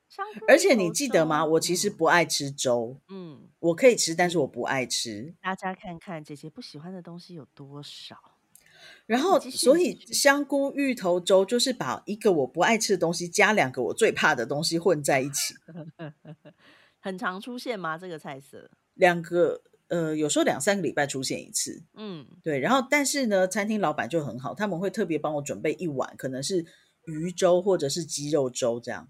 Speaker 2: 香菇
Speaker 1: 而
Speaker 2: 芋
Speaker 1: 且你
Speaker 2: 头
Speaker 1: 记得吗？
Speaker 2: 粥，
Speaker 1: 我其实
Speaker 2: 嗯
Speaker 1: 不爱吃粥，
Speaker 2: 嗯，
Speaker 1: 我可以吃，但是我
Speaker 2: 你
Speaker 1: 不爱吃。
Speaker 2: 大家看看姐姐不喜欢的东西有多少？
Speaker 1: 然
Speaker 2: 你
Speaker 1: 后，
Speaker 2: 继续，
Speaker 1: 所
Speaker 2: 你继
Speaker 1: 以
Speaker 2: 续，
Speaker 1: 香菇芋头粥就是把一个我不爱吃的东西加两个我最怕的东西混在一起。
Speaker 2: 很常出现吗？这个菜色？
Speaker 1: 两个呃，有时候两三个礼拜出现一次。
Speaker 2: 嗯
Speaker 1: 对，然后但是呢，餐厅老板就很好，他们会特别帮我准备一碗，可能是鱼粥或者是鸡肉粥这样。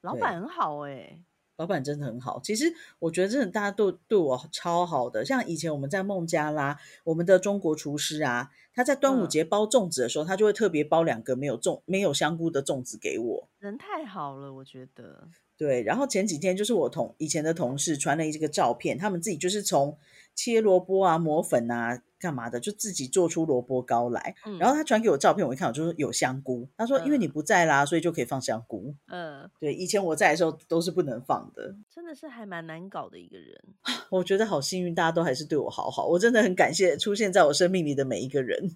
Speaker 2: 老板
Speaker 1: 对，
Speaker 2: 很好哎、
Speaker 1: 老板真的很好。其实我觉得真的大家都对我超好的，像以前我们在孟加拉，我们的中国厨师啊，他在端午
Speaker 2: 嗯，
Speaker 1: 节包粽子的时候，他就会特别包两个没有粽没有香菇的粽子给我。
Speaker 2: 人太好了，我觉得。
Speaker 1: 对，然后前几天就是我同以前的同事传了一个照片，他们自己就是从切萝卜啊、磨粉啊、干嘛的，就自己做出萝卜糕来。然后
Speaker 2: 嗯
Speaker 1: 他传给我照片，我一看，我就说有香菇。他说因为你
Speaker 2: 嗯
Speaker 1: 不在啦，所以就可以放香菇。
Speaker 2: 嗯，
Speaker 1: 对，以前我在的时候都是不能放的。
Speaker 2: 真的是还蛮难搞的一个人。
Speaker 1: 我觉得好幸运，大家都还是对我好好，我真的很感谢出现在我生命里的每一个人。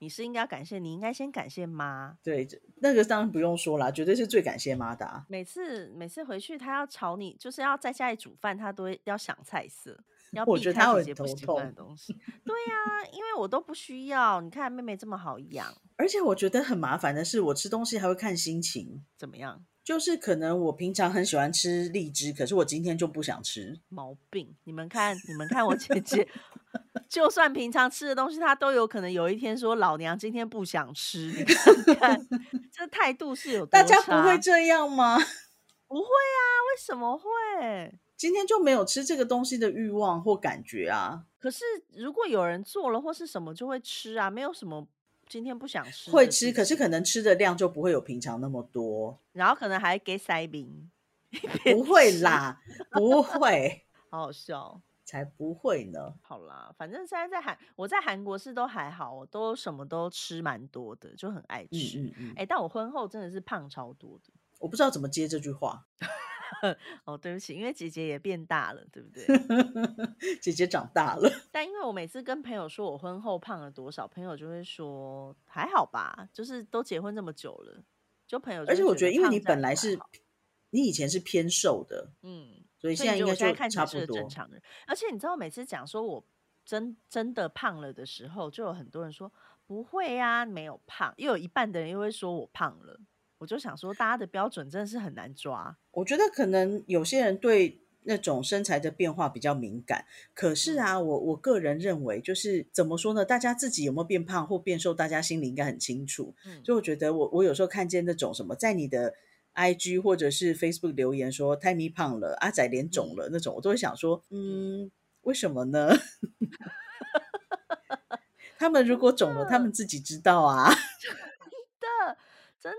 Speaker 2: 你是应该要感谢，你应该先感谢妈。
Speaker 1: 对，这那个当然不用说啦，绝对是最感谢妈的啊、
Speaker 2: 每次每次回去，她要吵你，就是要在家里煮饭，她都会要想菜色，要
Speaker 1: 我
Speaker 2: 避
Speaker 1: 觉得
Speaker 2: 开
Speaker 1: 她
Speaker 2: 姐
Speaker 1: 会很
Speaker 2: 姐不
Speaker 1: 头
Speaker 2: 喜欢的
Speaker 1: 痛。
Speaker 2: 东西。对呀、因为我都不需要。你看妹妹这么好养，
Speaker 1: 而且我觉得很麻烦的是，我吃东西还会看心情。
Speaker 2: 怎么样？
Speaker 1: 就是可能我平常很喜欢吃荔枝，可是我今天就不想吃。
Speaker 2: 毛病！你们看，你们看我姐姐， 就算平常吃的东西，她都有可能有一天说老娘今天不想吃。你看看，这态度是有
Speaker 1: 大
Speaker 2: 多
Speaker 1: 家不会
Speaker 2: 差？
Speaker 1: 这样吗？
Speaker 2: 不会啊，为什么会？
Speaker 1: 今天就没有吃这个东西的欲望或感觉啊，
Speaker 2: 可是如果有人做了或是什么就会吃啊，没有什么今天不想吃
Speaker 1: 会
Speaker 2: 的
Speaker 1: 吃，
Speaker 2: 事
Speaker 1: 可是
Speaker 2: 情
Speaker 1: 可能吃的量就不会有平常那么 多，
Speaker 2: 然后可能还给塞饼，
Speaker 1: 不会啦，不会，
Speaker 2: 好好笑哦。
Speaker 1: 才不会 呢。
Speaker 2: 好啦，反正现在在韩，我在韩国是都还好，我都什么都吃蛮多的，就很爱
Speaker 1: 嗯
Speaker 2: 吃。
Speaker 1: 嗯嗯
Speaker 2: 哎、，但我婚后真的是胖超多的。
Speaker 1: 我不知道怎么接这句话，
Speaker 2: 哦，对不起，因为姐姐也变大了，对不 对？
Speaker 1: 姐姐长大了，
Speaker 2: 但因为我每次跟朋友说我婚后胖了多少，朋友就会说还好吧，就是都结婚这么久了，就朋友就
Speaker 1: 而且
Speaker 2: 会
Speaker 1: 我觉得，因为
Speaker 2: 胖
Speaker 1: 你
Speaker 2: 这
Speaker 1: 本
Speaker 2: 样
Speaker 1: 来
Speaker 2: 子还
Speaker 1: 是
Speaker 2: 好
Speaker 1: 你以前是偏瘦的，
Speaker 2: 嗯，
Speaker 1: 所以
Speaker 2: 所
Speaker 1: 现
Speaker 2: 以你
Speaker 1: 在应该
Speaker 2: 觉得我现在
Speaker 1: 就
Speaker 2: 看起
Speaker 1: 差
Speaker 2: 来
Speaker 1: 不
Speaker 2: 是个正
Speaker 1: 多。
Speaker 2: 常人，而且你知道，每次讲说我真真的胖了的时候，就有很多人说不会啊，没有胖，又有一半的人又会说我胖了。我就想说，大家的标准真的是很难抓。
Speaker 1: 我觉得可能有些人对那种身材的变化比较敏感，可是
Speaker 2: 嗯，
Speaker 1: 啊，我我个人认为，就是怎么说呢？大家自己有没有变胖或变瘦，大家心里应该很清楚。
Speaker 2: 嗯，
Speaker 1: 所以我觉得我，我有时候看见那种什么，在你的 IG 或者是 Facebook 留言说“泰咪胖了，阿仔脸肿
Speaker 2: 嗯，
Speaker 1: 了”那种，我都会想说，
Speaker 2: 嗯，
Speaker 1: 嗯，为什么呢？ 他们如
Speaker 2: 真
Speaker 1: 果肿了，他
Speaker 2: 的
Speaker 1: 们自己知道啊。
Speaker 2: 的，真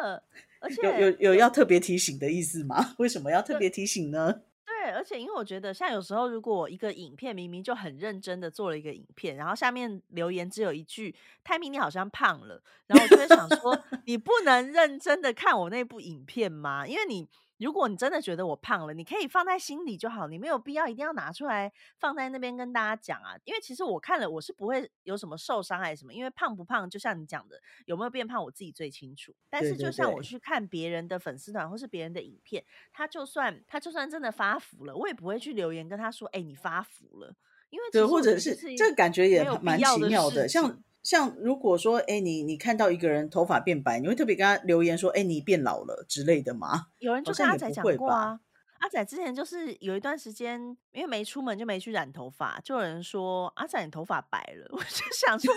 Speaker 2: 的，而
Speaker 1: 有有
Speaker 2: 且
Speaker 1: 有
Speaker 2: 有
Speaker 1: 要特别提醒的意思吗？ 为什么要特
Speaker 2: 对
Speaker 1: 别提醒呢？
Speaker 2: 对，而且因为我觉得，像有时候如果一个影片明明就很认真的做了一个影片，然后下面留言只有一句“泰明你好像胖了”，然后我就会想说，你不能认真的看我那部影片吗？因为你如果你真的觉得我胖了，你可以放在心里就好，你没有必要一定要拿出来放在那边跟大家讲啊。因为其实我看了，我是不会有什么受伤还是什么，因为胖不胖，就像你讲的，有没有变胖，我自己最清楚。但
Speaker 1: 对
Speaker 2: 是就
Speaker 1: 对
Speaker 2: 像我
Speaker 1: 对，
Speaker 2: 去看别人的粉丝团或是别人的影片。他就算他就算真的发福了，我也不会去留言跟他说：“哎、你发福了。”因为
Speaker 1: 对，
Speaker 2: 其实
Speaker 1: 或
Speaker 2: 我觉
Speaker 1: 者
Speaker 2: 得这
Speaker 1: 是
Speaker 2: 是一
Speaker 1: 这
Speaker 2: 个
Speaker 1: 个感觉也
Speaker 2: 没有
Speaker 1: 蛮
Speaker 2: 必
Speaker 1: 蛮
Speaker 2: 要
Speaker 1: 奇
Speaker 2: 的
Speaker 1: 妙
Speaker 2: 事
Speaker 1: 的。像
Speaker 2: 情。
Speaker 1: 像如果说，哎，你你看到一个人头发变白，你会特别跟他留言说，哎，你变老了之类的吗？
Speaker 2: 有人
Speaker 1: 好
Speaker 2: 就跟
Speaker 1: 像
Speaker 2: 阿
Speaker 1: 也
Speaker 2: 仔
Speaker 1: 不
Speaker 2: 讲
Speaker 1: 会
Speaker 2: 过
Speaker 1: 吧。
Speaker 2: 啊，阿仔之前就是有一段时间，因为没出门就没去染头发，就有人说阿仔你头发白了， 我就想说，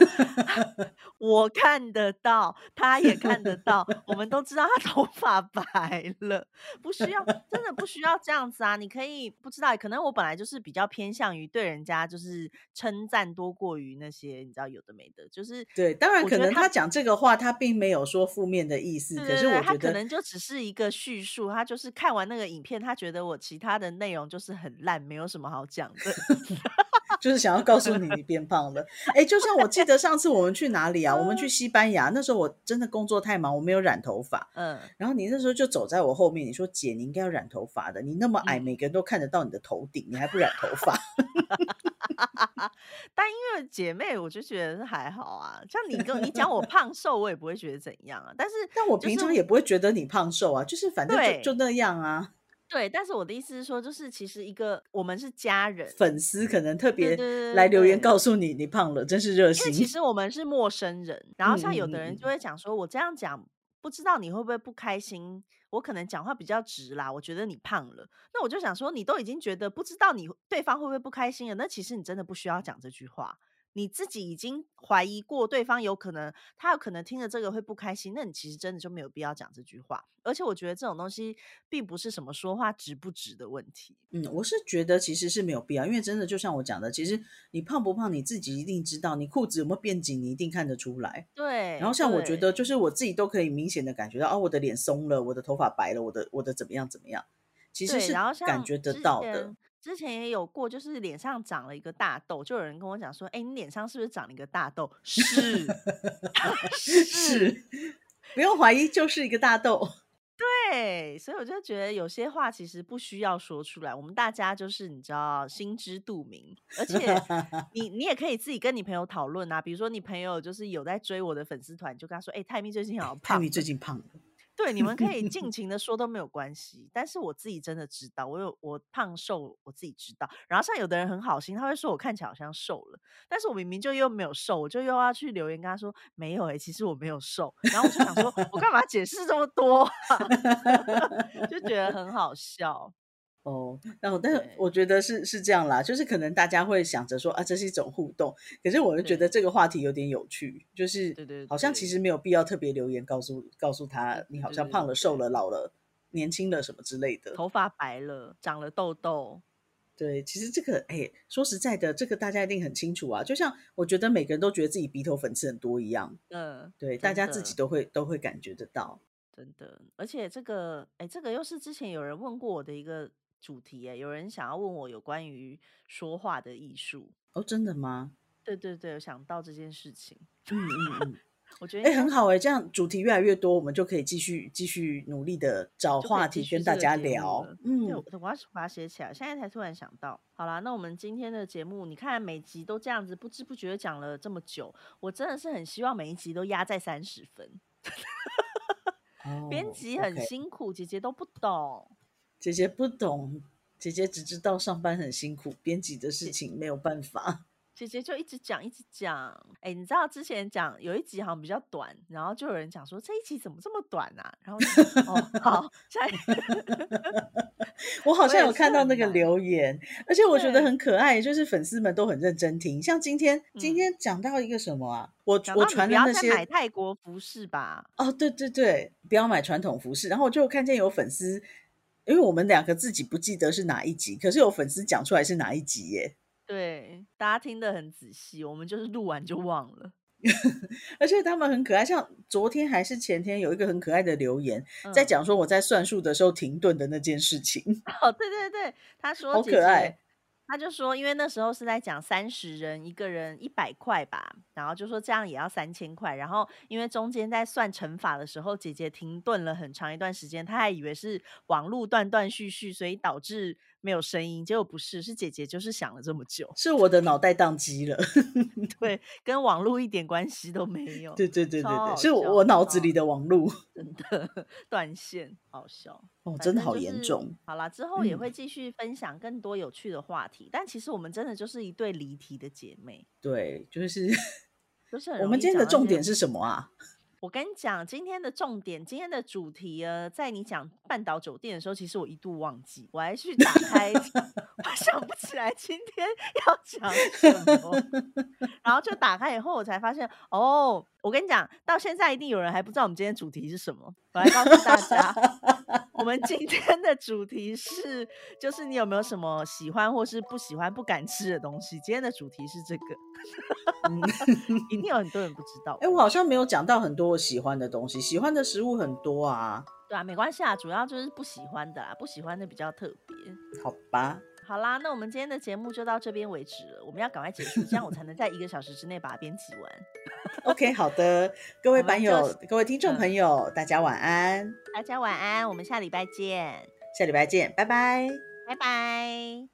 Speaker 2: 我看得到，他也看得到，我们都知道他头发白了，不需要，真的不需要这样子啊！你可以不知道，可能我本来就是比较偏向于对人家就是称赞多过于那些你知道有的没的，就是
Speaker 1: 对，当然
Speaker 2: 我
Speaker 1: 可
Speaker 2: 觉得
Speaker 1: 能
Speaker 2: 他
Speaker 1: 他讲这个话，他并没有说负面的意思，
Speaker 2: 对
Speaker 1: 可
Speaker 2: 对
Speaker 1: 是
Speaker 2: 对，
Speaker 1: 我
Speaker 2: 他
Speaker 1: 觉
Speaker 2: 可
Speaker 1: 得
Speaker 2: 能就只是一个叙述，他就是看完那个影片，他觉得我其他的内容就是很烂，没有什么好讲的。
Speaker 1: 就是想要告诉你你变胖了。哎，就像我记得上次我们去哪里啊？我们去
Speaker 2: 嗯
Speaker 1: 西班牙，那时候我真的工作太忙，我没有染头发。
Speaker 2: 嗯
Speaker 1: 然后你那时候就走在我后面，你说姐，你应该要染头发的，你那么矮，
Speaker 2: 嗯，
Speaker 1: 每个人都看得到你的头顶，你还不染头 发？
Speaker 2: 但因为姐妹，我就觉得还好啊。像你跟你 讲我胖瘦，我也不会觉得怎样啊。但是
Speaker 1: 但我
Speaker 2: 就
Speaker 1: 平
Speaker 2: 是
Speaker 1: 常也不会觉得你胖瘦啊，就是反正就就
Speaker 2: 对
Speaker 1: 那样啊。
Speaker 2: 对，但是我的意思是说，就是其实一个我们是家人，
Speaker 1: 粉丝可能特
Speaker 2: 对
Speaker 1: 别来
Speaker 2: 对对
Speaker 1: 留言
Speaker 2: 对
Speaker 1: 告诉你你胖了，真是热
Speaker 2: 因为其
Speaker 1: 心。
Speaker 2: 实我们是陌生人，
Speaker 1: 嗯
Speaker 2: 然后像有
Speaker 1: 嗯
Speaker 2: 的
Speaker 1: 嗯
Speaker 2: 人就
Speaker 1: 嗯，
Speaker 2: 会讲说，我这样讲不知道你会不会不开心，我可能讲话比较直啦，我觉得你胖了，那我就想说，你都已经觉得不知道你对方会不会不开心了，那其实你真的不需要讲这句话。你自己已经怀疑过对方有可能，他有可能听了这个会不开心，那你其实真的就没有必要讲这句话。而且我觉得这种东西并不是什么说话直不直的问题。
Speaker 1: 嗯，我是觉得其实是没有必要，因为真的就像我讲的，其实你胖不胖你自己一定知道，你裤子有没有变紧你一定看得出来。然后
Speaker 2: 对
Speaker 1: 像我觉得，
Speaker 2: 对，
Speaker 1: 就是我自己都可以明显的感觉到，哦，我的脸松了，我的头发白了，我的我的怎么样怎么样，其实
Speaker 2: 对，
Speaker 1: 是
Speaker 2: 然后
Speaker 1: 感
Speaker 2: 像
Speaker 1: 觉得
Speaker 2: 之
Speaker 1: 到的。
Speaker 2: 前之前也有过，就是脸上长了一个大痘，就有人跟我讲说：“哎、你脸上是不是长了一个大痘？” 是， 是，
Speaker 1: 是，不用怀疑，就是一个大豆。
Speaker 2: 对，所以我就觉得有些话其实不需要说出来，我们大家就是你知道心知肚明，而且你你也可以自己跟你朋友讨论啊，比如说你朋友就是有在追我的粉丝团，你就跟他说：“哎、泰咪最近好像
Speaker 1: 泰
Speaker 2: 胖
Speaker 1: 米
Speaker 2: 了。”
Speaker 1: 最近胖了，
Speaker 2: 对，你们可以尽情的说都没有关系，但是我自己真的知道，我有我胖瘦我自己知道。然后像有的人很好心，他会说我看起来好像瘦了，但是我明明就又没有瘦，我就又要去留言跟他说没有诶、欸其实我没有瘦。然后我就想说，我干嘛解释这么多啊？ 就觉得很好笑。
Speaker 1: 哦，然后但是我
Speaker 2: 对
Speaker 1: 觉得是是这样啦，就是可能大家会想着说啊，这是一种互动，可是我就觉得
Speaker 2: 对
Speaker 1: 这个话题有点有趣，就是
Speaker 2: 对对
Speaker 1: 好像其
Speaker 2: 对
Speaker 1: 实没有必要特别留言告诉告诉
Speaker 2: 对
Speaker 1: 他你
Speaker 2: 对
Speaker 1: 好
Speaker 2: 对
Speaker 1: 像
Speaker 2: 对
Speaker 1: 胖
Speaker 2: 对
Speaker 1: 了、瘦
Speaker 2: 对。
Speaker 1: 了、老了，年轻了什么之类的。
Speaker 2: 头发白了，长了痘痘，
Speaker 1: 对，其实这个，哎，说实在的，这个大家一定很清楚啊。就像我觉得每个人都觉得自己鼻头粉刺很多一样，
Speaker 2: 嗯，
Speaker 1: 对，
Speaker 2: 真
Speaker 1: 大家自己
Speaker 2: 的
Speaker 1: 都会都会感觉得到。
Speaker 2: 真的，而且这个，哎，这个又是之前有人问过我的一个主题，哎，有人想要问我有关于说话的艺术。
Speaker 1: 哦，真的吗？
Speaker 2: 对对对，有想到这件事情，
Speaker 1: 嗯嗯嗯，
Speaker 2: 我觉得
Speaker 1: 哎、
Speaker 2: 应该
Speaker 1: 很好哎、这样主题越来越多，我们就可以继续继续努力的找
Speaker 2: 就可以
Speaker 1: 话
Speaker 2: 继
Speaker 1: 题
Speaker 2: 续
Speaker 1: 跟
Speaker 2: 这
Speaker 1: 大
Speaker 2: 个
Speaker 1: 家
Speaker 2: 节目
Speaker 1: 聊。
Speaker 2: 了。对，
Speaker 1: 嗯，
Speaker 2: 我我要是把它写起来，现在才突然想到。好啦，那我们今天的节目，你看每集都这样子，不知不觉讲了这么久，我真的是很希望每一集都压在三十分。编
Speaker 1: 哦
Speaker 2: 辑很
Speaker 1: ，OK，
Speaker 2: 辛苦，姐姐都不懂。
Speaker 1: 姐姐不懂，姐姐只知道上班很辛苦，编辑的事
Speaker 2: 姐
Speaker 1: 情没有办法。
Speaker 2: 姐姐就一直讲，一直讲。哎、你知道之前讲有一集好像比较短，然后就有人讲说这一集怎么这么短啊？然后就想说哦，好，下一
Speaker 1: 我好
Speaker 2: 我
Speaker 1: 像
Speaker 2: 也
Speaker 1: 有
Speaker 2: 是
Speaker 1: 看到那
Speaker 2: 很
Speaker 1: 个
Speaker 2: 难。
Speaker 1: 留言，而且我觉得
Speaker 2: 对，
Speaker 1: 很可爱，就是粉丝们都很认真听。像今天，今
Speaker 2: 嗯，
Speaker 1: 天讲到一个什么啊？我
Speaker 2: 讲
Speaker 1: 我
Speaker 2: 到你
Speaker 1: 传
Speaker 2: 不
Speaker 1: 了
Speaker 2: 要
Speaker 1: 那
Speaker 2: 再
Speaker 1: 些
Speaker 2: 买泰国服饰吧。
Speaker 1: 哦，对对对，不要买传统服饰。然后我就看见有粉丝，因为我们两个自己不记得是哪一集，可是有粉丝讲出来是哪一集耶。
Speaker 2: 对，大家听得很仔细，我们就是录完就忘了。
Speaker 1: 而且他们很可爱，像昨天还是前天有一个很可爱的留言，在
Speaker 2: 嗯，
Speaker 1: 讲说我在算数的时候停顿的那件事情，
Speaker 2: 哦，对对对，他说
Speaker 1: 好
Speaker 2: 姐
Speaker 1: 可
Speaker 2: 姐，
Speaker 1: 爱。
Speaker 2: 他就说，因为那时候是在讲三十人一个人一百块吧，然后就说这样也要三千块，然后因为中间在算乘法的时候，姐姐停顿了很长一段时间，她还以为是网路断断续续，所以导致没有声音，结果不是，是姐姐就是想了这么久，
Speaker 1: 是我的脑袋宕机了，
Speaker 2: 对，跟网路一点关系都没有，
Speaker 1: 对对对
Speaker 2: 超
Speaker 1: 对对，
Speaker 2: 好
Speaker 1: 是我
Speaker 2: 笑，
Speaker 1: 我脑
Speaker 2: 超
Speaker 1: 子
Speaker 2: 好
Speaker 1: 里的网路，
Speaker 2: 真的断线，好笑。
Speaker 1: 哦，
Speaker 2: 反
Speaker 1: 真的
Speaker 2: 正
Speaker 1: 好
Speaker 2: 就
Speaker 1: 严
Speaker 2: 是
Speaker 1: 重，
Speaker 2: 好啦，之后也
Speaker 1: 嗯，
Speaker 2: 会继续分享更多有趣的话题。但其实我们真的就是一对离题的姐妹，
Speaker 1: 对， 就是
Speaker 2: 就是很
Speaker 1: 我
Speaker 2: 容
Speaker 1: 们
Speaker 2: 易
Speaker 1: 今天
Speaker 2: 讲
Speaker 1: 的
Speaker 2: 到一
Speaker 1: 重
Speaker 2: 些。
Speaker 1: 点是什么啊？
Speaker 2: 我跟你讲，今天的重点，今天的主题呃，在你讲半岛酒店的时候，其实我一度忘记，我还去打开， 我想不起来今天要讲什么。然后就打开以后，我才发现哦，我跟你讲，到现在一定有人还不知道我们今天主题是什么。我来告诉大家，我们今天的主题是，就是你有没有什么喜欢或是不喜欢、不敢吃的东西？今天的主题是这个，
Speaker 1: 嗯，
Speaker 2: 一定有很多人不知道，
Speaker 1: 哎，
Speaker 2: 我
Speaker 1: 我
Speaker 2: 跟你
Speaker 1: 好
Speaker 2: 说。
Speaker 1: 像没有讲到很多我喜欢的东西，喜欢的食物很多啊，
Speaker 2: 对啊，没关系啊，主要就是不喜欢的啦，不喜欢的比较特别。
Speaker 1: 好吧，
Speaker 2: 好啦，那我们今天的节目就到这边为止了，我们要赶快结束，这样我才能在一个小时之内把它编辑完。
Speaker 1: OK，好的，各
Speaker 2: 我
Speaker 1: 位
Speaker 2: 们
Speaker 1: 版
Speaker 2: 就
Speaker 1: 友、各位听众
Speaker 2: 嗯，
Speaker 1: 朋友，大家晚安，
Speaker 2: 大家晚安，我们下礼拜见，
Speaker 1: 下礼拜见，拜拜。
Speaker 2: 拜拜。